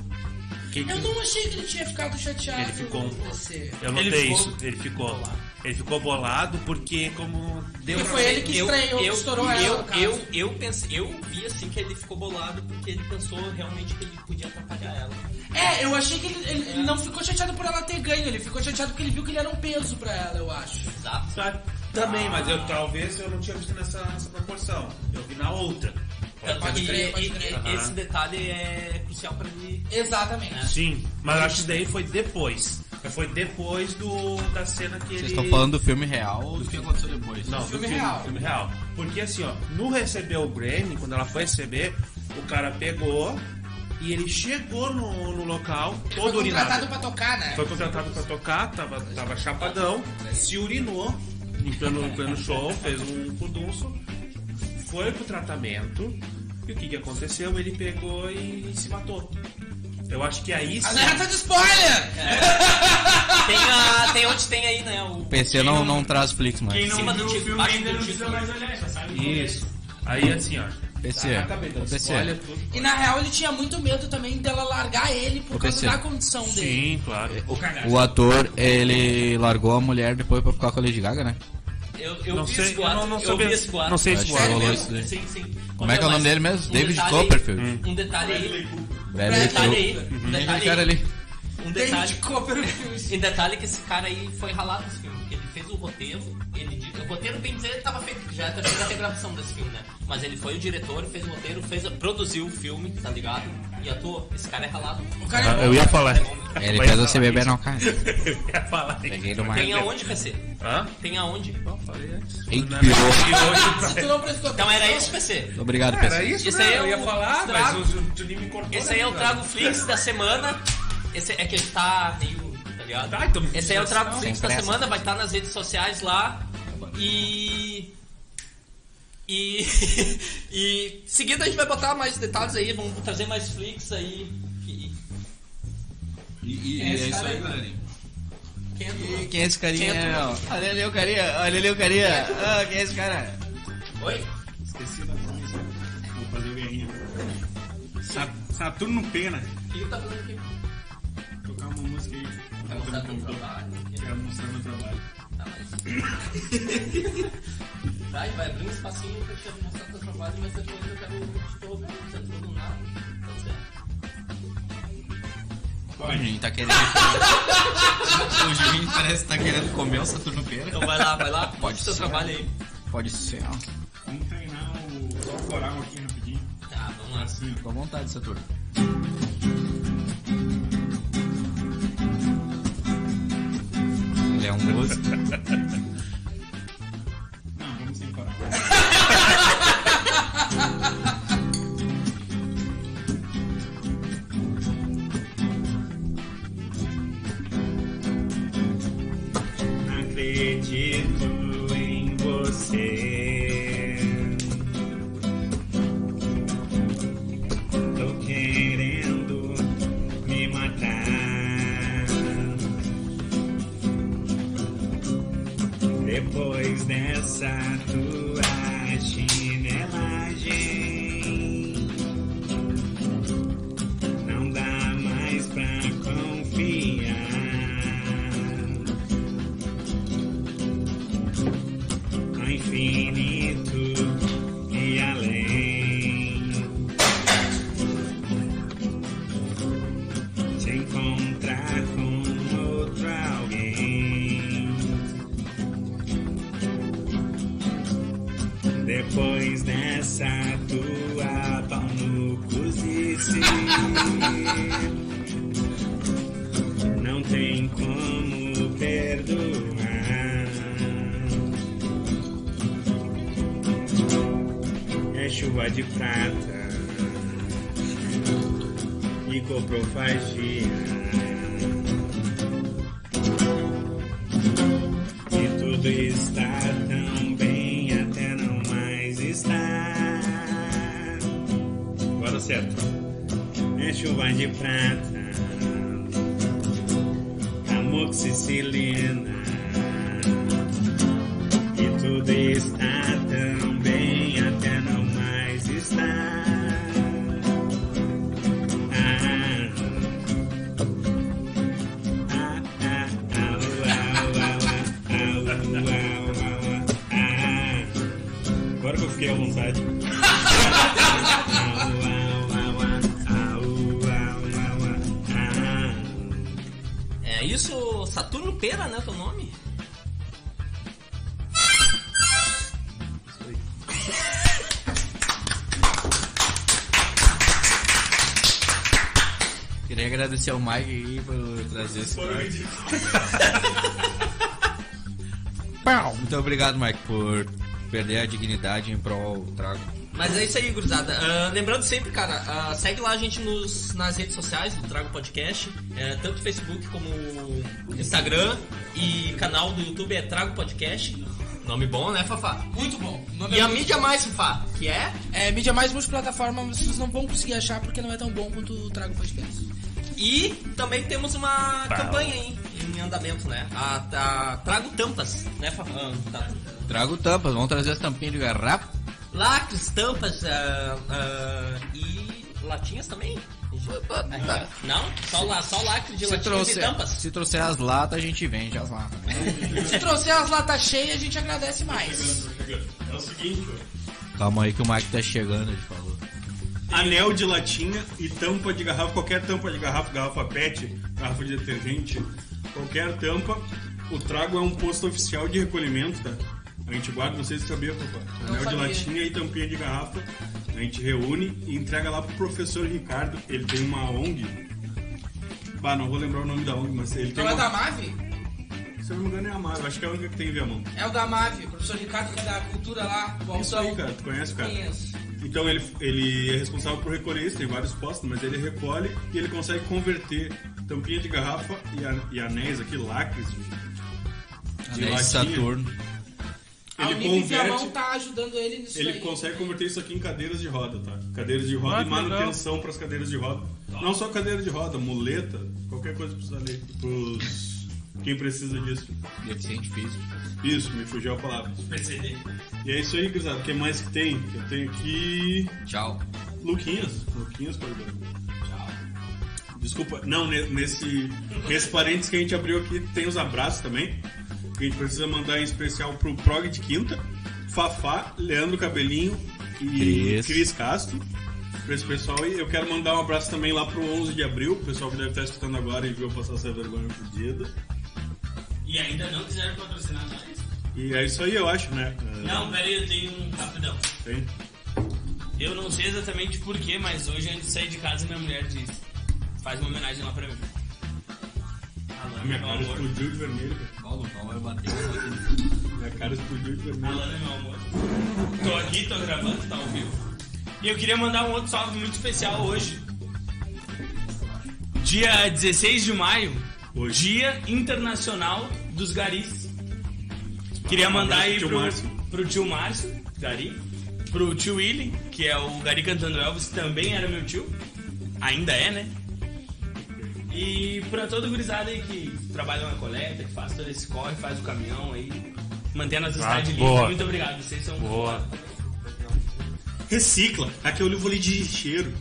S6: Que-
S3: Eu não achei que ele tinha ficado chateado.
S6: Ele ficou um-
S3: com você.
S6: Eu
S4: Ele
S6: notei
S4: ficou
S6: isso. Ele ficou. Ele ficou bolado porque como deu
S3: E
S6: pra
S3: foi
S6: ver-
S3: ele que estranhou, que estourou
S8: eu,
S3: ela. no caso.
S8: Eu, eu, pensei, eu vi assim que ele ficou bolado porque ele pensou realmente que ele podia atrapalhar ela.
S3: É, eu achei que ele, ele- ele não ficou chateado por ela ter ganho. Ele ficou chateado porque ele viu que ele era um peso pra ela, eu acho.
S8: Exato.
S6: Tá, Também, mas eu talvez eu não tinha visto nessa, nessa proporção. Eu vi na outra.
S3: Pode
S8: E-
S3: crer, pode
S8: e-
S3: crer.
S8: e-
S6: Aham.
S8: Esse detalhe é crucial pra ele.
S3: Exatamente.
S6: Sim, mas acho que daí foi depois. Foi depois do da cena que ele.
S1: Vocês estão falando do filme real ou do que aconteceu depois?
S6: Não, do
S3: Filme real.
S6: Filme real. Porque assim, ó, no receber o Grammy, quando ela foi receber, o cara pegou e ele chegou no, no local, todo
S3: Foi contratado
S6: urinado.
S3: pra tocar, né?
S6: Foi contratado pra tocar, tava, tava chapadão, se urinou em pleno, em pleno show, fez um furdunço, foi pro tratamento, e o que que aconteceu? Ele pegou e se matou. Eu acho que é aí
S4: Ah,
S6: sim.
S3: Alerta de spoiler!
S8: Tem, a, tem onde tem aí, né? O
S1: O PC não, não traz Flix mais.
S4: Quem não
S8: Cima
S4: viu
S8: do
S4: o
S8: tipo,
S4: filme
S8: baixo
S4: ainda
S8: do
S4: não
S8: tipo.
S4: precisa mais olhar, já sabe como é.
S6: Isso. Aí assim, ó.
S1: PC,
S6: acabei dando
S1: o PC.
S6: spoiler, tudo.
S3: E na real ele tinha muito medo também dela largar ele por
S1: Ô,
S3: causa
S1: PC.
S3: da condição dele.
S6: Sim, claro.
S1: O ator, ele largou a mulher depois pra ficar com a Lady Gaga, né?
S8: Eu, eu
S6: Não
S8: vi
S6: sei,
S8: esse
S6: eu
S8: boato,
S6: não- não
S8: eu
S6: sabia.
S8: vi esse boato.
S6: Não sei se
S1: Acho que
S6: rolou
S1: rolou
S8: mesmo?
S1: isso daí.
S8: Sim, sim. um
S1: Como é que é o nome dele mesmo? David
S8: detalhe-
S1: Copperfield.
S8: Um detalhe aí.
S1: Bradley
S8: detalhe aí,
S1: Cooper.
S8: um
S1: Uhum.
S8: detalhe
S1: Aquele cara ali.
S8: Um
S4: um detalhe.
S3: David Copperfield.
S4: E detalhe que esse cara aí foi ralado desse filme, porque ele fez o roteiro, ele di- o roteiro bem dizer tava feito, já era feita a regravação desse filme, né? Mas ele foi o diretor, fez o roteiro, fez, a- produziu o filme, tá ligado? E atuou. Esse cara é ralado.
S3: O cara é
S12: Ah,
S3: bom.
S12: Eu ia falar.
S1: Ele
S12: Mas-
S1: fez você beber não cai.
S12: Eu ia falar.
S1: Peguei numa.
S4: Tem
S8: é
S4: aonde, PC?
S12: é- Hã?
S4: Tem aonde?
S1: Ei, pirou.
S3: Se tu não prestou
S4: Então era
S3: atenção-
S4: isso, PC.
S1: Obrigado,
S12: Era
S1: pessoal.
S12: isso,
S4: Isso
S12: né?
S4: aí é
S12: eu ia
S4: o-
S12: falar,
S4: o
S12: mas
S4: trago.
S12: o, o Juninho me cortou.
S4: Esse
S12: né,
S4: aí é o
S12: cara?
S4: Trago Flix da semana. Esse é que ele tá meio. tá ligado?
S12: Tá, então-
S4: Esse aí é o Trago
S12: Sem
S4: Flix da
S1: pressa.
S4: semana, vai estar nas redes sociais lá. E. E. e. Em seguida a gente vai botar mais detalhes aí, vamos trazer mais Flix aí. E-
S13: E, e- e é isso aí, galerinha.
S1: Ih, Quem é esse carinha?
S4: Quem é tu?
S1: não? Olha ali o carinha, olha ali o carinha. Ah, quem é esse cara?
S4: Oi?
S6: Esqueci da camisa. Vou fazer o guerrinho. Sa- Saturno Pena.
S4: O que tá fazendo aqui?
S6: Tocar uma música aí.
S4: Vai mostrar teu trabalho.
S6: Quero mostrar meu trabalho.
S4: Tá, mas... Vai, vai abrir um espacinho pra te mostrar teu trabalho, mas depois eu quero te interromper. Você entrou do nada, tá certo.
S1: O Juninho tá querendo. o Juninho parece que tá querendo comer o Saturno Pera.
S4: Então vai lá, vai lá,
S1: Pode
S4: pode seu
S1: ser.
S4: trabalho aí.
S1: Pode ser. ó.
S6: Vamos treinar o. Só o coral aqui rapidinho.
S4: Tá, vamos lá.
S6: Assim, ó.
S1: Fica à vontade, Saturno. Ele é um músico.
S6: Não, vamos sem coral. Acredito em você. Tô querendo me matar. Depois dessa tua chinelagem, não dá mais pra confiar. ao infinito e além. Se encontrar com outro alguém. Depois dessa tua pau no cozice, não tem como perdoar. é chuva de prata e coprofagia. E tudo está tão bem até não mais estar. Agora certo. É chuva de prata, amoxicilina. E tudo está tão bem até não mais estar. Ah, ah, ah, ah, au, au, au, au, au, au, au, ah. Agora que eu fiquei à vontade. Au, au, au, au, au, au, au, ah.
S4: É isso, Saturno Pera, né? Teu nome?
S1: Queria agradecer ao Mike aí por trazer esse corte. Pau! Muito obrigado, Mike, por perder a dignidade em prol do trago.
S4: Mas é isso aí, gurizada. Ah, lembrando sempre, cara, ah, segue lá a gente nos, nas redes sociais do Trago Podcast, eh, tanto Facebook como Instagram e canal do YouTube é Trago Podcast. Nome bom, né, Fafá?
S3: Muito bom. O nome
S4: E
S3: é
S4: a mídia mais, Fafá, que é?
S3: É, mídia mais multiplataforma, mas vocês não vão conseguir achar porque não é tão bom quanto o Trago Podcast.
S4: E também temos uma campanha aí em andamento, né? A, a Trago Tampas, né, Fafá? Ah, tá.
S1: Trago tampas, vamos trazer as tampinhas de garrafa.
S4: Lacres, tampas ah, ah, e latinhas também? Ah, Não? Só, la, só lacre de
S1: Se
S4: latinhas e
S1: trouxer,
S3: É
S4: tampas.
S1: se trouxer as latas, a gente vende as latas. né?
S3: Se trouxer as latas cheias, a gente agradece mais.
S6: É o seguinte, ó.
S1: Calma aí que o Mike tá chegando, ele falou.
S2: anel de latinha e tampa de garrafa, qualquer tampa de garrafa, garrafa PET, garrafa de detergente, qualquer tampa. O trago é um posto oficial de recolhimento, tá? A gente guarda, não sei se sabia, papai.
S3: Não
S2: Anel de
S3: sabia.
S2: latinha e tampinha de garrafa. A gente reúne e entrega lá pro professor Ricardo. Ele tem uma ONG. Bah, não vou lembrar o nome da ONG, mas ele tem
S3: Então é da
S2: uma...
S3: Mave?
S2: Se eu não me engano é a Mar, acho que é a única que tem em Viamão.
S3: É o da Mave, o professor Ricardo é da Cultura lá. Bom,
S2: Isso aí, cara. Tu conhece, cara?
S3: Conheço.
S2: Então ele, ele é responsável por recolher isso, tem vários postos, mas ele recolhe e ele consegue converter tampinha de garrafa e, a- e anéis aqui, lacres. De
S1: Anéis de
S2: latinha.
S1: Saturno.
S3: A
S2: Ele
S3: Unip Viamão
S2: converte.
S3: tá ajudando ele nisso
S2: Ele
S3: aí.
S2: consegue converter isso aqui em cadeiras de roda, tá? Cadeiras de roda
S6: Ah,
S2: e
S6: que legal.
S2: manutenção para as cadeiras de roda. Não só cadeira de roda, muleta, qualquer coisa pros, ale- pros quem precisa disso.
S1: Deficiente físico.
S2: Isso, me fugiu a palavra.
S4: PCD.
S2: E é isso aí, gurizada. O que mais que tem? Eu tenho aqui.
S1: Tchau.
S2: Luquinhas. Luquinhas, perdão. Ah, Desculpa, não, ne- nesse, nesse parênteses que a gente abriu aqui tem os abraços também. Que a gente precisa mandar em especial pro Prog de Quinta, Fafá, Leandro Cabelinho e
S1: Cris.
S2: Cris Castro. Pra esse pessoal e eu quero mandar um abraço também lá pro 11 de abril, o pessoal que deve estar escutando agora e viu eu passar essa vergonha fodida.
S4: E ainda não quiseram patrocinar nós?
S2: E é isso aí, eu acho, né? É,
S4: Não, peraí, eu tenho um rapidão.
S2: Tem.
S4: Eu não sei exatamente porquê, mas hoje antes de sair de casa minha mulher disse: faz uma homenagem lá pra mim.
S2: A minha
S4: Alana, meu
S2: cara
S4: amor.
S2: explodiu de vermelho, cara. Minha cara explodiu de vermelho.
S4: Alana, meu amor. Tô aqui, tô gravando, tá ao vivo. E eu queria mandar um outro salve muito especial hoje. Dia 16 de maio,
S2: Hoje.
S4: Dia Internacional dos Garis. Queria mandar
S2: abraço
S4: aí
S2: pro tio
S4: pro,
S2: Márcio.
S4: pro tio Márcio, Gari, pro tio Willy, que é o Gari cantando Elvis, que também era meu tio. Ainda é, né? E pra todo gurizada aí que trabalha na coleta, que faz todo esse corre, faz o caminhão aí, mantendo
S2: Ah,
S4: a cidade limpa.
S6: boa.
S4: Muito obrigado, vocês são
S6: Boa.
S2: Recicla. Aqui eu li vou de cheiro.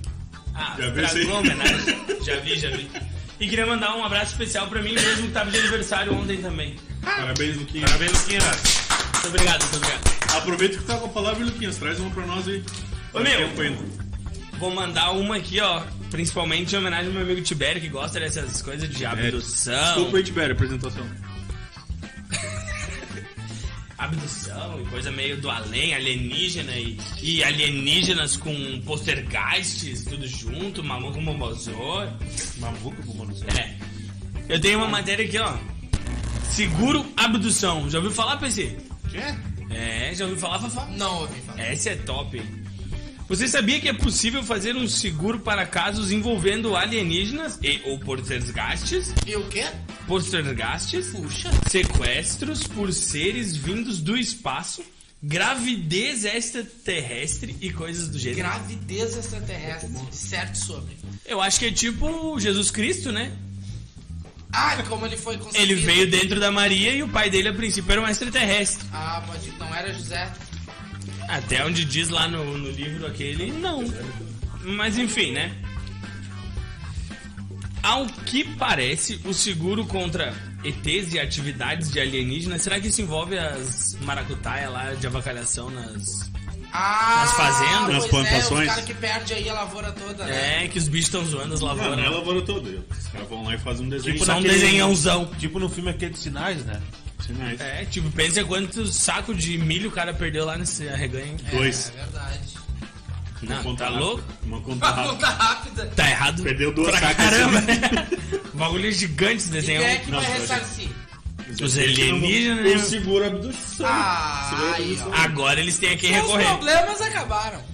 S4: Ah,
S2: Já vi
S4: pra-
S2: isso aí.
S4: uma homenagem. Já vi, já vi. E queria mandar um abraço especial pra mim mesmo, que tava de aniversário ontem também.
S2: Parabéns, Luquinhas.
S6: Parabéns, Luquinha.
S4: Muito obrigado, muito obrigado.
S2: Aproveita que tá com a palavra, Luquinhas. Traz uma pra nós aí.
S4: Ô, meu.
S2: Tempo ainda.
S4: Vou mandar uma aqui, ó, principalmente em homenagem ao meu amigo Tibério, que gosta dessas coisas de abdução,
S2: É, Desculpa aí, Tibério, a apresentação.
S4: abdução e coisa meio do além, alienígena e, e alienígenas com poltergeists, tudo junto, maluco bombozô.
S6: Mamuca, mano.
S4: É. Eu tenho uma matéria aqui, ó. Seguro abdução. Já ouviu falar, PC? Quê? É, já ouviu falar, Fafá?
S3: Não ouvi falar.
S4: Essa é top. hein? Você sabia que é possível fazer um seguro para casos envolvendo alienígenas e ou poltergeists?
S3: E o quê?
S4: Poltergeists?
S3: Puxa.
S4: Sequestros por seres vindos do espaço, gravidez extraterrestre e coisas do gênero.
S3: Gravidez extraterrestre. Certo sobre.
S4: Eu acho que é tipo Jesus Cristo, né?
S3: Ah, como ele foi conseguido.
S4: Ele veio dentro da Maria e o pai dele a princípio era um extraterrestre.
S3: Ah, pode. Não era José.
S4: Até onde diz lá no, no livro aquele, não. Mas enfim, né? Ao que parece, o seguro contra ETs e atividades de alienígenas, será que isso envolve as maracutaia lá de avacalhação nas...
S3: Ah,
S4: Nas fazendas,
S3: pois
S2: nas
S3: é,
S2: plantações.
S3: o cara que perde aí a lavoura toda, né?
S4: É, que os bichos estão zoando as
S2: Ah,
S4: lavouras.
S2: não é lavoura toda. Os caras vão lá e fazem um desenho.
S4: Tipo, só um
S6: naquele-
S4: desenhãozão.
S6: Tipo no filme aquele de sinais, né?
S2: Sinais.
S4: É, tipo, pensa quantos sacos de milho o cara perdeu lá nesse arreganho.
S2: Dois.
S3: É verdade.
S2: Uma
S4: Não,
S2: conta
S4: tá
S2: rápida.
S4: louco?
S2: Uma conta
S3: Uma
S2: rápida.
S3: conta rápida.
S4: Tá errado.
S2: Perdeu duas
S4: pra
S2: sacas.
S4: caramba, né? Bagulho gigante esse
S3: Quem
S4: desenho.
S3: é que
S2: Não,
S3: vai
S2: não,
S3: ressarcir?
S4: Os alienígenas, né?
S2: O seguro abdução.
S3: Ah,
S2: Seguro
S3: aí,
S2: abdução.
S4: Agora eles têm a quem
S3: Os
S4: recorrer.
S3: problemas acabaram.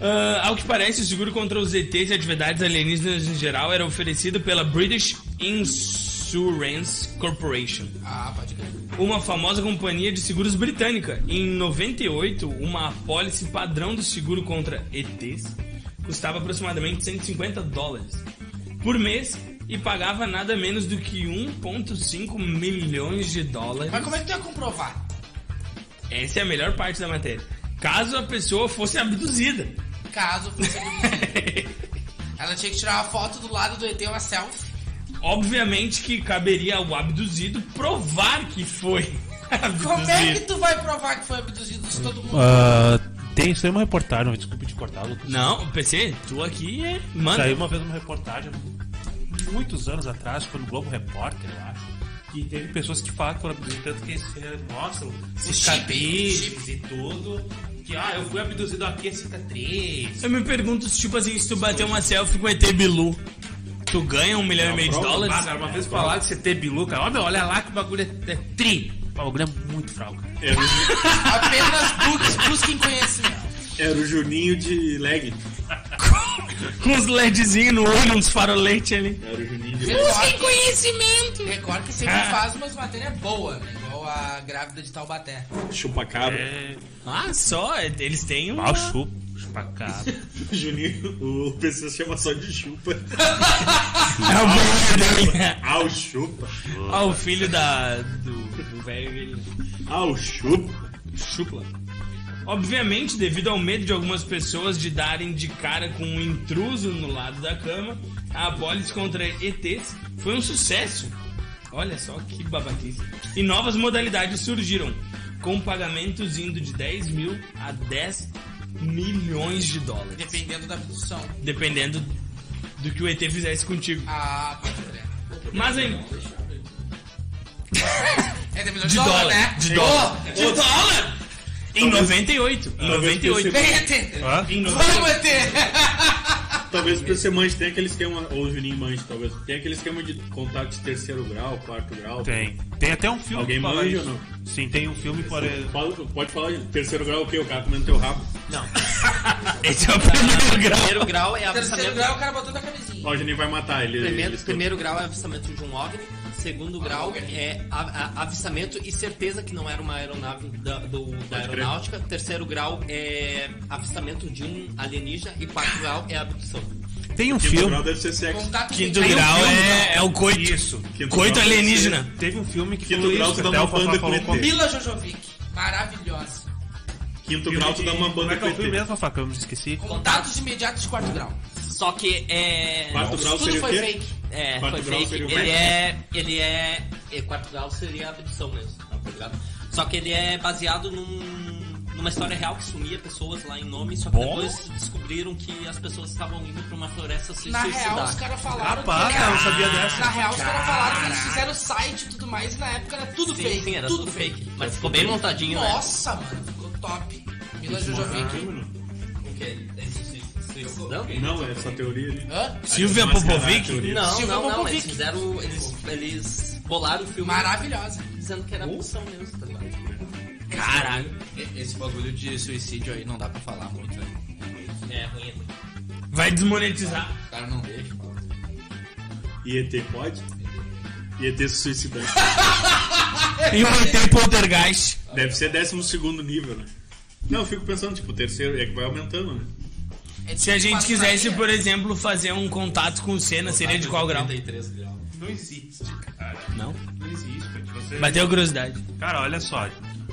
S4: Ah, ao que parece, o seguro contra os ETs e atividades alienígenas em geral era oferecido pela British Insurance Corporation,
S3: Ah, pode crer.
S4: uma famosa companhia de seguros britânica. Em 98, uma apólice padrão do seguro contra ETs custava aproximadamente 150 dólares por mês e pagava nada menos do que 1,5 milhões de dólares.
S3: Mas como é que tu ia comprovar?
S4: Essa é a melhor parte da matéria. Caso a pessoa fosse abduzida.
S3: Caso fosse Ela tinha que tirar uma foto do lado do ET, uma selfie.
S4: Obviamente que caberia ao abduzido provar que foi abduzido.
S6: Ah,
S3: Como é que tu vai provar que foi abduzido se todo mundo...
S8: Tem, isso aí é uma reportagem, desculpa te cortar, Lucas.
S6: Não, PC, tu aqui é. Manda.
S8: Saiu uma vez uma reportagem, muitos anos atrás, foi no Globo Repórter, eu acho. E teve pessoas que falam que foram abduzidas, que é, eles mostram cicatrizes e tudo. Que, ah, eu fui abduzido aqui, é cicatriz.
S6: Eu me pergunto, se, tipo assim, se tu bater uma selfie com o ET Bilu, tu ganha um milhão e meio de dólares?
S8: Ah, cara, uma vez falaram de CT Bilu, cara. Olha, olha lá que o bagulho é, é tri. O bagulho é muito fraco. cara.
S2: Era o,
S3: Apenas busque- busquem conhecimento.
S2: era o Juninho de leg.
S6: Com uns LEDzinhos no olho, uns faroletes ali.
S2: Era o Juninho de leg.
S3: Busquem conhecimento! Record que sempre
S6: É.
S3: faz umas matérias boas, né? Igual a grávida de Taubaté.
S2: Chupacabra.
S4: É.
S6: Ah, só, é- eles têm um.
S8: Mal chupa, chupa cara.
S2: Juninho, o PC se chama só de chupa.
S6: É o bom dele.
S2: Ah, o chupa.
S6: Ah, o filho da. do do velho ele
S2: Ah, o chupa.
S6: chupla. Obviamente, devido ao medo de algumas pessoas de darem de cara com um intruso no lado da cama, a Bolis contra ETs foi um sucesso. Olha só que babaquice. E novas modalidades surgiram, com pagamentos indo de 10 mil a 10 milhões de dólares.
S3: Dependendo da produção.
S6: Dependendo do que o ET fizesse contigo.
S3: Ah, pode crer.
S6: Mas aí.
S3: É, dependendo
S6: De dólar,
S3: né?
S6: de dólar. De dólar! Em 98. Em 98.
S3: Vem, ET!
S6: Em 98.
S3: Vamos, ET!
S2: Talvez o PC mande, tem aquele esquema, ou o Juninho mande, talvez. Tem aquele esquema de contato de terceiro grau, quarto grau.
S8: Tem. Tem até um filme
S2: Alguém
S8: que fala
S2: manja
S8: isso.
S2: ou não?
S8: Sim, tem um filme por
S2: Fala- Pode falar, de terceiro grau é o quê? O cara comendo teu rabo.
S6: Esse é o primeiro grau.
S4: Primeiro grau é
S3: Terceiro
S4: avistamento.
S3: grau, o cara botou na camisinha.
S2: Ó, o Juninho vai matar ele. ele
S4: Primeiro, primeiro grau é avistamento de um OVNI. Segundo grau é a- a- avistamento e certeza que não era uma aeronave da, do- da aeronáutica. Terceiro grau é avistamento de um alienígena. E quarto grau é abdução.
S8: Tem um
S2: Quinto
S8: filme.
S2: grau deve ser sexo.
S3: Contato
S6: Quinto
S3: Aí Tá, o
S6: grau
S3: filme,
S6: é, é o coito.
S8: Isso.
S2: Quinto
S6: coito
S2: grau deve
S6: alienígena.
S8: Teve um filme que
S2: Quinto
S8: falou
S2: grau, tu
S8: isso,
S2: dá
S8: até
S2: uma
S8: o Fafá
S2: banda
S8: falou
S2: com
S8: com-
S2: ET.
S3: Mila Jojovic. Maravilhosa.
S2: Quinto grau, tu dá uma banda
S8: Como é que é o
S2: PT.
S8: filme mesmo, Fafá? Que eu me esqueci.
S3: Contatos imediatos de quarto grau.
S4: Só que é.
S2: Quarto grau
S4: tudo
S2: seria o
S4: foi
S2: quê?
S4: fake. É,
S2: Quarto
S4: foi
S2: grau
S4: fake.
S2: seria o
S4: Ele
S2: quê?
S4: é, ele é. é, Quarto grau seria a abdução mesmo, tá ligado? Só que ele é baseado num- numa história real que sumia pessoas lá em nome, só que
S8: Bom.
S4: depois descobriram que as pessoas estavam indo pra uma floresta se
S3: Na
S4: suicidar.
S3: real, os caras falaram.
S8: Rapaz,
S3: que
S8: cara, eu não sabia dessa.
S3: Na real, os caras falaram que eles fizeram site e tudo mais. E na época era tudo
S4: sim,
S3: fake.
S4: sim, era
S3: tudo,
S4: tudo, né? fake. Mas ficou bem montadinho,
S3: Nossa, mano, ficou top. Mila Jojovic.
S4: né? O quê? Eles se suicidando?
S2: Não, é essa teoria ali.
S3: Hã?
S6: Silvia
S2: Mas, cara,
S6: Popovic?
S2: a teoria-
S4: Não,
S3: Silvio
S4: não, não.
S3: Popovic.
S4: Eles fizeram. Eles, eles bolaram o filme
S3: Maravilhosa.
S4: dizendo que era abdução mesmo, tá ligado?
S6: Caralho.
S1: Esse bagulho de suicídio aí não dá pra falar muito, né?
S4: É ruim, é ruim.
S6: Vai desmonetizar.
S1: O cara não deixa.
S2: E ET pode? E ET se suicidando.
S6: E o ET Poltergeist.
S2: Deve ser décimo segundo nível, né? Não, eu fico pensando, tipo, o terceiro é que vai aumentando, né?
S3: É
S6: Se a
S3: tipo
S6: gente
S3: uma
S6: quisesse,
S3: saia.
S6: por exemplo, fazer um contato com o Senna, seria de qual grau?
S4: 33 graus.
S8: Não existe, cara.
S6: Não.
S8: Não existe, cara. Tipo, você-
S6: Bateu curiosidade.
S8: Cara, olha só.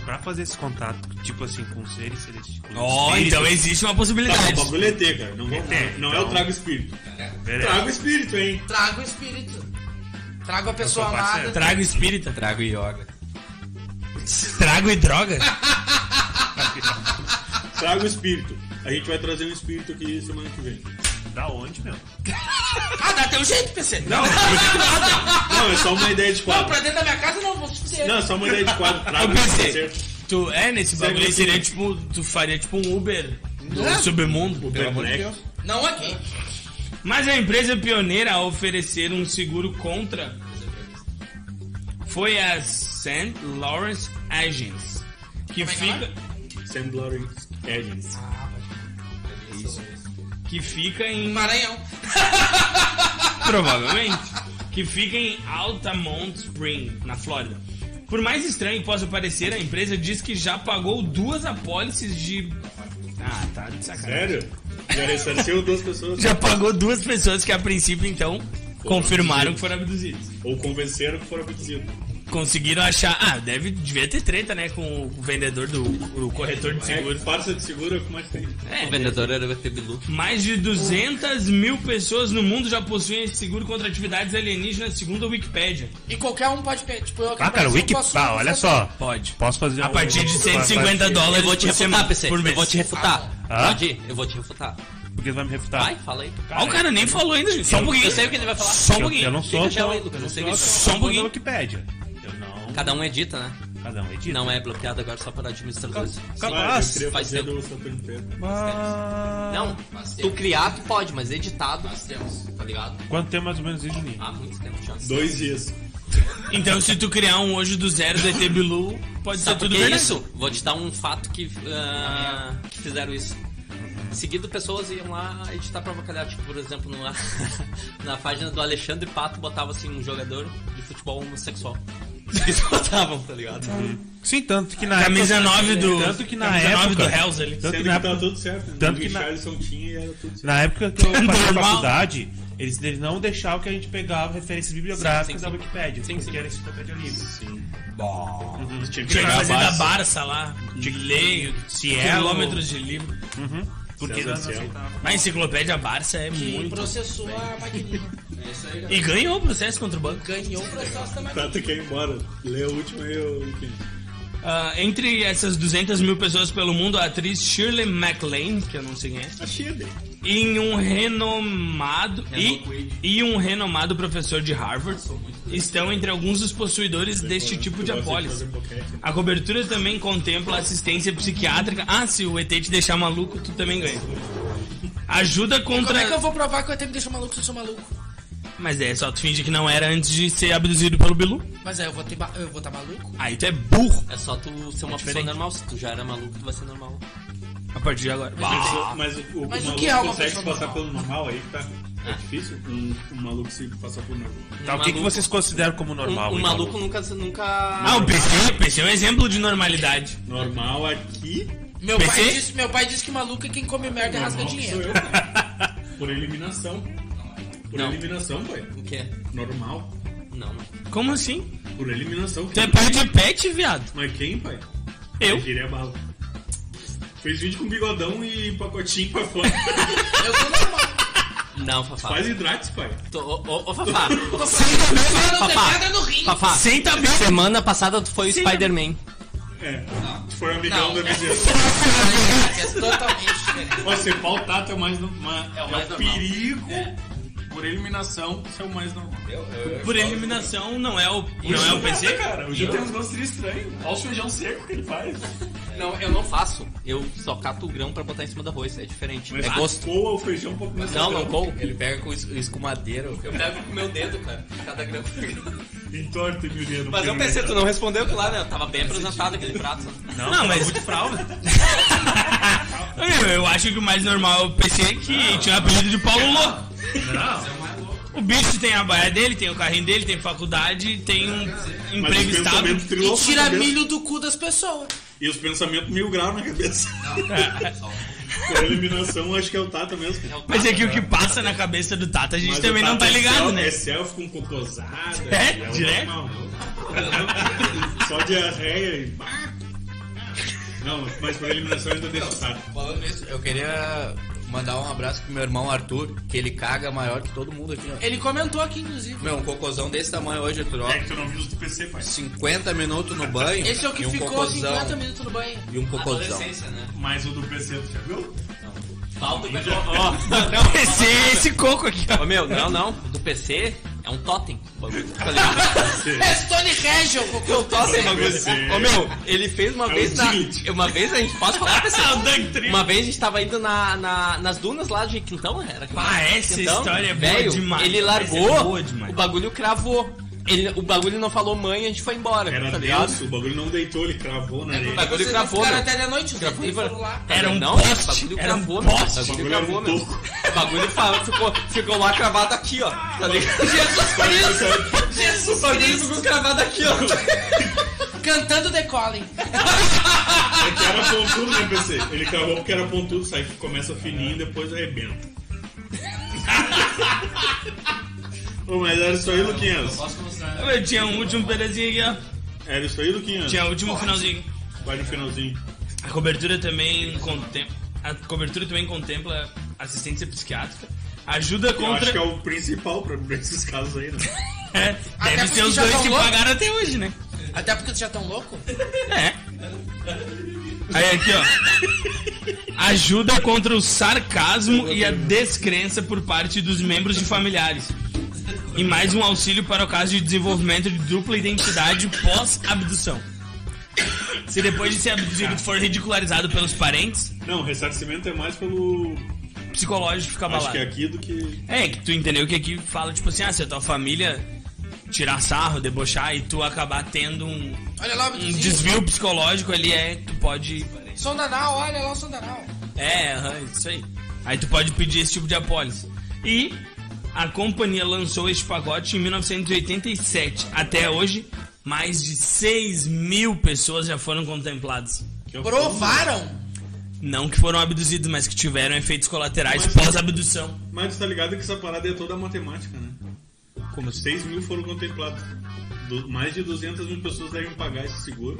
S8: Pra fazer esse contato, tipo assim, com seres celestiais. com
S6: Ó,
S8: espíritos,
S6: então existe uma
S2: Tá,
S6: possibilidade.
S2: o bagulho é ET, cara. Não, vamos-
S8: ET,
S2: não é
S8: então.
S2: o trago espírito.
S8: beleza.
S2: Trago espírito, hein?
S3: Trago o espírito. Trago a pessoa
S8: sou parceiro.
S3: amada.
S6: Trago espírita.
S1: Trago yoga.
S6: Trago e droga.
S2: Trago espírito. A gente vai trazer um espírito aqui semana que vem.
S8: Da onde, meu?
S3: Ah, dá teu jeito, PC. Não,
S2: Não, é só uma ideia de
S3: não
S2: quadro.
S3: pra dentro da minha casa não vou te dizer.
S2: Não, é só uma ideia de quadro. Trago
S6: Eu pensei.
S2: espírito.
S6: Tu é nesse
S2: Segue
S6: bagulho
S2: aqui.
S6: seria tipo. Tu faria tipo um Uber do submundo.
S2: O Perplex.
S3: Não aqui.
S6: Mas a empresa pioneira a oferecer um seguro contra foi a St. Lawrence Agents,
S3: Como é
S6: que
S3: que é o
S6: fica,
S2: Sam Glory Agents.
S6: que fica em
S3: Maranhão.
S6: provavelmente que fica em Altamont Spring, na Flórida. Por mais estranho que possa parecer, a empresa diz que já pagou duas apólices de Ah, tá de sacanagem.
S2: Sério? Já ressarciu duas pessoas.
S6: Já pagou duas pessoas que a princípio então confirmaram que foram abduzidas.
S2: Ou convenceram que foram abduzidos.
S5: Conseguiram achar. Ah, deve, devia ter treta, né? Com o vendedor do. O corretor de seguro.
S2: Parça de seguro é o que mais tem.
S5: É,
S4: O vendedor era o ET Bilu.
S5: Mais de 200 mil pessoas no mundo já possuem esse seguro contra atividades alienígenas, segundo a Wikipédia.
S3: e qualquer um pode pegar. Tipo, eu aqui
S8: Ah,
S3: no
S8: cara,
S3: Brasil
S8: Wiki.
S3: posso-
S8: Pá, olha só.
S5: Pode.
S8: Posso fazer
S5: A
S8: um-
S5: partir de 150 dólares
S4: Eu vou te
S5: por semana-
S4: refutar, PC.
S5: por mês.
S4: Eu vou te refutar.
S8: Ah?
S4: Pode ir? Eu vou te refutar.
S8: Porque tu vai me refutar.
S4: Vai, fala aí.
S5: Ah, o cara nem falou ainda, gente. Só um pouquinho.
S4: Eu sei o que ele vai falar.
S5: Só um
S8: Eu-
S5: pouquinho.
S8: Eu não sou.
S4: Fica quieto aí, Lucas, eu sei que-
S5: Só um pouquinho.
S8: da Wikipédia. Eu não.
S4: Cada um edita, né?
S8: Cada um edita.
S4: Não é bloqueado agora só para administradores.
S8: Tá
S2: Capaz. Eu queria
S4: Faz
S2: fazer
S4: tempo.
S2: do Saturno Pedro.
S8: Mas...
S4: Não, tu criar tu pode, mas editado nós temos, tá ligado?
S8: Quanto tempo mais ou menos isso, Juninho?
S4: Há muito tempo já.
S2: Dois dias.
S5: Então, se tu criar um hoje do zero do ET Bilu, pode ser
S4: Sabe por
S5: tudo
S4: que é
S5: verdade.
S4: isso? Vou te dar um fato que, ah, que fizeram isso. Seguido, pessoas iam lá editar pra avacalhar. Tipo, por exemplo, na, na página do Alexandre Pato, botava assim um jogador de futebol homossexual. Eles botavam, tá ligado?
S8: Sim, tanto que na
S5: Camisa
S8: época...
S5: 9 do.
S8: Tanto que na
S5: camisa nove
S8: época-
S5: do Hells ali.
S8: Tanto
S2: Sendo
S8: que
S2: que
S8: na
S2: tava tudo certo. né?
S8: tanto
S2: o
S8: que na-
S2: Richarlison tinha e era tudo certo.
S8: Na época que eu passei na
S5: Normal.
S8: faculdade, eles, eles não deixavam que a gente pegava referências bibliográficas
S4: Sim, sim,
S8: da
S4: sim.
S8: Wikipédia,
S4: Sim,
S8: porque
S4: sim.
S8: era enciclopédia livre.
S2: Tinha que pegar a
S5: Chegar fazer da
S2: base.
S5: Barça lá. Leio
S8: Cielo. Tá.
S5: quilômetros de livro.
S8: Porque
S2: César
S8: assim. eles
S5: né?
S8: não
S2: Cielo.
S8: aceitavam.
S5: Mas a enciclopédia Barça é
S3: E
S5: muito.
S3: processou a maquininha. É isso aí,
S5: E ganhou o processo contra o banco.
S3: Ganhou o processo da maquininha.
S2: Tata quer ir embora. Lê o último aí, eu... enfim.
S5: Ah, entre essas 200 mil pessoas pelo mundo, a atriz Shirley MacLaine, que eu não sei quem é,
S2: Achei bem.
S5: e um renomado e, e um renomado professor de Harvard estão entre alguns dos possuidores deste tipo de
S2: Gosta
S5: apólice.
S2: fazer boquete. né?
S5: A cobertura também contempla assistência psiquiátrica. Ah, se o ET te deixar maluco, tu também ganha. Ajuda
S3: Como é que eu
S5: contra.
S3: vou provar que eu até me deixo maluco se eu sou maluco?
S5: Mas é, só tu finge que não era antes de ser abduzido pelo Bilu.
S3: Mas aí eu vou estar eu vou tá maluco?
S5: Aí tu é burro
S4: É só tu ser uma pessoa
S5: Tipo Diferente.
S4: normal. Se tu já era maluco, tu vai ser normal.
S5: a partir de agora.
S2: Mas, o- mas o, o,
S3: Mas o
S2: maluco
S3: que é uma
S2: consegue se
S3: pessoa
S2: passar
S3: normal?
S2: pelo normal aí que tá. É difícil um, um maluco se passar por normal.
S8: Tá, o que, que
S4: maluco-
S8: vocês consideram como
S4: Um,
S8: normal? então.
S4: um
S8: hein,
S4: maluco nunca. nunca...
S5: Ah, o PC, PC é um exemplo de normalidade.
S2: Normal aqui
S3: Meu
S5: PC?
S3: pai, disse, meu pai disse que maluco é quem come merda e rasga
S2: sou
S3: dinheiro.
S2: eu. cara. Por eliminação. Por
S4: Não.
S2: eliminação, pai.
S4: O quê?
S2: Normal.
S4: Não, não.
S5: Como assim?
S2: Por eliminação.
S5: Tu é pai de pet, viado?
S2: Mas quem, pai?
S5: Eu?
S2: Girei a bala. Fez vídeo com bigodão e pacotinho pra fora.
S3: Eu sou normal.
S4: Não, Fafá.
S2: Faz hidrates, pai.
S4: Tô- Ô, ô, ô, Fafá.
S3: Eu não tenho
S4: Papá.
S3: pedra no rim.
S4: Fafá.
S5: Sem tá
S4: Semana passada tu foi o Spider-Man.
S2: É. Tu foi amigão
S3: Não.
S2: da vizinha.
S3: É totalmente diferente.
S2: Ó, ser pautado é o mais, no- ma- é o
S4: mais normal.
S2: perigo. Por eliminação, isso é o mais normal.
S5: Por eliminação, não é o, não é o PC?
S2: cara. Hoje eu tenho uns gostos estranhos. Olha os feijão seco que ele faz.
S4: Não, eu não faço. Eu só cato o grão pra botar em cima do arroz. É diferente.
S2: Mas
S4: é gosto.
S2: Coa o feijão um pouco mais
S4: Não, não
S2: seco.
S4: como.
S1: Ele pega com es- escumadeiro.
S4: Eu pego com o meu dedo, cara. Cada grão por grão.
S2: Entorta meu dedo.
S4: Mas é eu pensei, tu não respondeu que lá, né? Eu tava bem apresentado aquele prato.
S5: Não, mas. Muito fralda. eu, eu acho que o mais normal é o PC que tinha o apelido de Paulo Louco. O bicho tem a baia dele, tem o carrinho dele, tem faculdade, tem um
S2: Mas
S5: emprego
S2: os
S5: estável.
S2: pensamentos
S3: E
S2: trilocam na
S3: tira
S2: cabeça.
S3: milho do cu das pessoas.
S2: E os pensamentos mil graus na cabeça. é Por eliminação, acho que é o Tata mesmo.
S5: Mas é que o que passa na cabeça do Tata a gente
S2: Mas o
S5: também não
S2: Tata
S5: tá
S2: é
S5: ligado,
S2: selfie-
S5: né?
S2: É selfie com cocosada.
S5: É?
S2: o
S5: Direto?
S2: normal. Só diarreia e... pá. Não, mas por eliminação ainda deixa o Tata.
S1: Falando isso, eu queria mandar um abraço pro meu irmão Arthur, que ele caga maior que todo mundo aqui, ó.
S3: Ele comentou aqui, inclusive.
S1: Meu, um cocôzão desse tamanho hoje, Arthur, ó.
S2: É que tu não viu os do PC, pai.
S1: 50 minutos no banho.
S3: Esse é o que
S1: e um
S3: ficou
S1: cocôzão,
S3: 50 minutos no banho.
S1: E um cocôzão.
S4: Adolescência, né?
S2: Mas o do PC, tu já viu?
S4: Falta o Ó,
S5: Não, esse, esse coco aqui, ó.
S4: Ô, meu, não, não. Do PC é um totem. Tá ligado?
S3: É Stone Regia, o cocô.
S4: Eu totem, é um bagulho.
S2: PC.
S4: Ô, meu, ele fez uma
S2: É
S4: vez
S2: um
S4: na...
S2: Dint.
S4: Uma vez a gente... Posso falar, PC?
S5: o Dunk Tree.
S4: Uma vez a gente tava indo na, na- nas dunas lá de Quintão, né? era Quintão?
S5: Ah, essa
S4: Quintão?
S5: história é boa
S4: Velho,
S5: demais.
S4: Ele largou,
S5: Essa é boa demais.
S4: o bagulho cravou. Ele, o bagulho não falou mãe, a gente foi embora,
S2: Era
S4: tá ligado?
S2: denso, o bagulho não deitou, ele cravou
S5: É,
S2: na
S5: tá
S2: areia.
S4: O bagulho
S3: Vocês
S4: cravou,
S3: ficaram
S4: né?
S3: até de noite, os
S4: Gravou
S3: dois
S4: e foi-
S3: foram lá.
S5: Era um
S4: não,
S5: poste,
S4: o bagulho
S5: era um
S4: cravou, meu.
S5: poste.
S4: O bagulho
S2: Era um
S4: cravou, meu.
S2: toco.
S4: O bagulho fa- ficou, ficou lá cravado aqui, ó. Tá ligado? Jesus Cristo! Jesus O bagulho ficou cravado aqui, ó.
S3: Cantando The Calling.
S2: É que era pontudo, né, PC? Ele cravou porque era pontudo, sai que começa fininho e depois arrebenta. Ô, mas era isso aí, Luquinhas.
S14: Posso começar?
S2: né?
S5: Eu tinha um último pedacinho aqui, ó.
S2: Era isso aí, Luquinhas.
S5: Tinha o último finalzinho aqui.
S2: Vai no finalzinho.
S5: A cobertura também contempla. A cobertura também contempla assistência psiquiátrica. Ajuda
S2: Eu acho
S5: contra.
S2: que é o principal pra pra esses casos aí, né?
S5: É,
S3: Até
S5: deve
S3: porque
S5: ser os
S3: já
S5: dois
S3: tá
S5: que
S3: louco.
S5: pagaram até hoje, né?
S3: Até porque tu já tão louco?
S5: É. Aí aqui, ó. Ajuda contra o sarcasmo e a descrença por parte dos membros e familiares. E mais um auxílio para o caso de desenvolvimento de dupla identidade pós-abdução. Se depois de ser abduzido for ridicularizado pelos parentes,
S2: Não, ressarcimento é mais pelo.
S5: o psicológico fica
S2: Acho
S5: abalado.
S2: que é aqui do que.
S5: É, que tu entendeu que aqui fala, tipo assim, ah, se a tua família tirar sarro, debochar e tu acabar tendo um,
S3: Olha lá,
S5: um
S3: Abduzinho.
S5: desvio psicológico ali, é, tu pode.
S3: Sondanal, olha lá o Sondanal.
S5: É, aham, isso aí. Aí tu pode pedir esse tipo de apólice. E a companhia lançou este pacote em 1987. Até hoje, mais de 6 mil pessoas já foram contempladas.
S2: que é o-
S3: Provaram.
S5: Não que foram abduzidos, mas que tiveram efeitos colaterais pós-abdução.
S2: Mas tu tá ligado que essa parada é toda matemática, né?
S5: Como assim?
S2: 6 mil foram contemplados. Du- mais de 200 mil pessoas devem pagar esse seguro.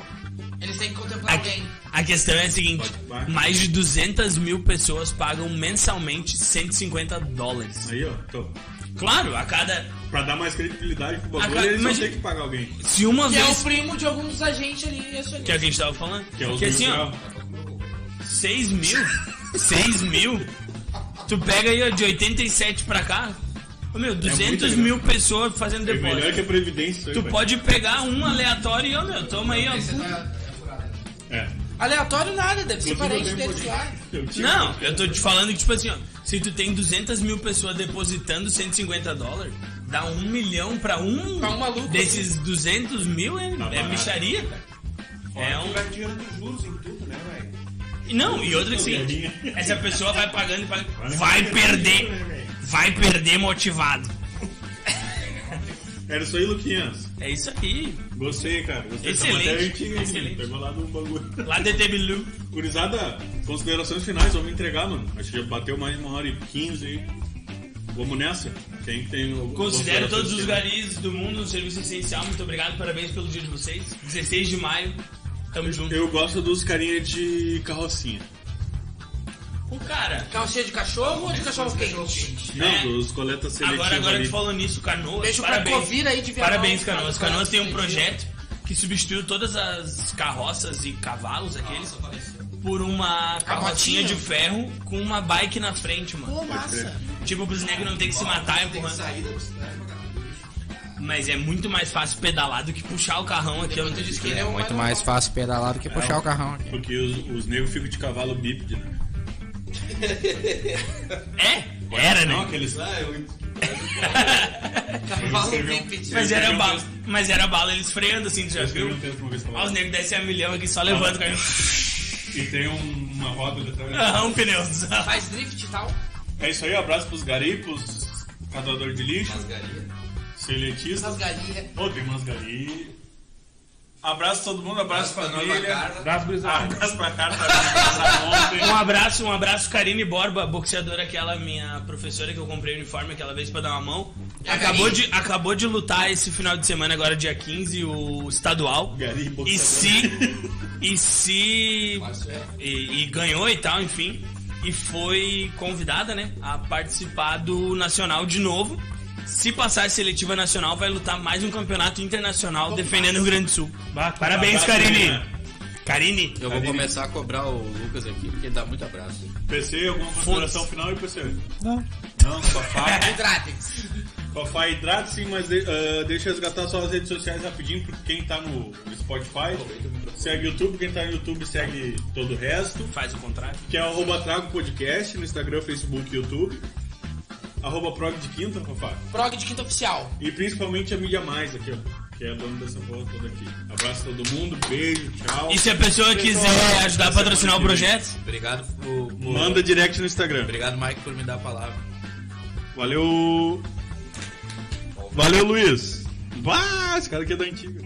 S3: Eles têm que contemplar
S5: A,
S3: alguém.
S5: a questão é a seguinte:
S2: Pode, vai.
S5: mais de 200 mil pessoas pagam mensalmente 150 dólares.
S2: Aí, ó. Então,
S5: Claro, a cada.
S2: pra dar mais credibilidade pro bagulho,
S5: Ah, cara,
S2: eles
S5: mas-
S2: vão ter que pagar alguém.
S5: Se uma
S3: Que é
S5: vez.
S3: o primo de alguns dos agentes ali, isso ali.
S5: Que é o que a gente tava falando?
S2: Que é os mil
S5: assim, ó,
S2: grau.
S5: 6 mil? 6 mil? Tu pega aí, ó, de 87 pra cá. Ô, meu, 200
S2: grana.
S5: mil pessoas fazendo
S2: É melhor
S5: depósito.
S2: que a Previdência né? isso aí,
S5: Tu
S2: vai.
S5: pode pegar um aleatório e, ó, meu, toma aí, ó.
S2: É.
S3: Aleatório nada, deve ser
S2: Inclusive,
S3: parente
S2: eu tenho
S3: deles
S2: um
S3: lá.
S2: podcast. Eu tinha-
S5: Não, eu tô te falando que, tipo assim, ó, se tu tem 200 mil pessoas depositando 150 dólares, dá um milhão pra um,
S3: Pra um maluco,
S5: desses 200 mil é,
S2: Tá
S5: é
S2: barato.
S5: micharia, cara. É um...
S6: Vai dinheiro dos juros em tudo, né, velho?
S5: E Não, e outra que é o seguinte, essa pessoa vai pagando e pagando, vai perder, vai perder motivado.
S2: Era isso aí, Luquinhas.
S5: É isso aí.
S2: Gostei, cara. tá Gostei dessa
S5: Excelente,
S2: matéria. Eu tinha,
S5: excelente.
S2: Pegou lá do bagulho.
S5: Lá DT Bilu.
S2: Curizada, considerações finais, vamos entregar, mano. Acho que já bateu mais de uma hora e quinze aí. Vamos nessa? Quem tem o. considerações
S5: Considero todos os
S2: finais?
S5: garis do mundo um serviço essencial. Muito obrigado, parabéns pelo dia de vocês. 16 de maio, tamo junto.
S2: Eu gosto dos carinha de carrocinha.
S5: O cara,
S3: Calcinha de cachorro ou de cachorro quente?
S5: É.
S2: Não, dos coletas seletivas
S5: agora, agora
S2: ali.
S5: que falou nisso, Canoas,
S3: Beijo pra
S5: parabéns.
S3: Covira aí de Vianópolis.
S5: Parabéns, Canoas.
S3: Cara,
S5: Canoas tem um
S3: cara,
S5: projeto que substituiu todas as carroças e cavalos
S3: Ah,
S5: aqueles por uma carrocinha
S3: motinha?
S5: de ferro com uma bike na frente, mano.
S3: Pô, massa.
S5: Tipo, pros negros não tem que se matar empurrando. Mas é muito mais fácil pedalar do que puxar o carrão aqui. Eu não tô de
S3: Ele
S5: esquerda.
S3: é um
S1: Muito mais fácil pedalar do que puxar o carrão aqui.
S2: Porque os, os negros ficam de cavalo bípede, né?
S5: É? Era,
S2: Não,
S5: né?
S2: aqueles.
S14: um
S3: Cavalo
S2: Escreveu-
S3: bípede.
S5: Mas era bala. Mas era bala eles freando assim, tu já
S2: Eu escrevi um
S5: viu?
S2: texto uma vez
S5: Ó, os
S2: falando.
S5: negros descem a milhão aqui só levando o carrão.
S2: E tem um- uma roda de trás.
S5: Aham, um pneu.
S3: Faz drift e tal.
S2: É isso aí, abraço pros garipos, catador de lixo, seletistas.
S3: Nas galinhas.
S2: Ô, tem umas gari. Abraço todo mundo, abraço,
S14: Abraço pra
S2: família.
S4: é
S14: nova Carla.
S2: Abraço, pra Carla, abraço pra Carla,
S5: Um
S2: ontem.
S5: abraço, um abraço, Karine Borba, boxeadora, aquela minha professora que eu comprei uniforme aquela vez pra dar uma mão.
S3: É,
S5: Acabou
S3: Karine.
S5: de, acabou de lutar esse final de semana, agora dia 15, o estadual.
S2: Gari,
S5: E
S2: boxeador.
S5: se. E se. E, e ganhou e tal, enfim. E foi convidada, né? A participar do Nacional de novo. Se passar a seletiva nacional, vai lutar mais um campeonato internacional defendendo o Rio Grande do Sul. Parabéns,
S2: Abraço,
S5: Karine!
S2: Karina.
S5: Karine!
S1: Eu vou começar a cobrar o Lucas aqui, porque ele dá muito abraço.
S2: PC, alguma consideração final e PC? Não. Não, Fafá.
S3: Hidratex.
S2: Fafá, hidrate-se, mas de- ah, deixa eu resgatar só as redes sociais rapidinho, porque quem tá no Spotify segue o YouTube, quem tá no YouTube segue todo o resto.
S5: Faz o contrário.
S2: que é o arroba Trago Podcast no Instagram, Facebook e YouTube. Arroba Prog de Quinta, papá.
S3: Prog de quinta oficial.
S2: E principalmente a Mídia Mais aqui, ó. Que é dono dessa porra toda aqui. Abraço a todo mundo, beijo, tchau.
S5: E se a pessoa quiser ajudar a patrocinar
S2: é
S5: o projeto,
S1: Obrigado por, por-
S2: Manda direct no Instagram.
S1: Obrigado, Mike, por me dar a palavra.
S2: Valeu. Valeu, Luiz. Vá, esse cara aqui é da antiga.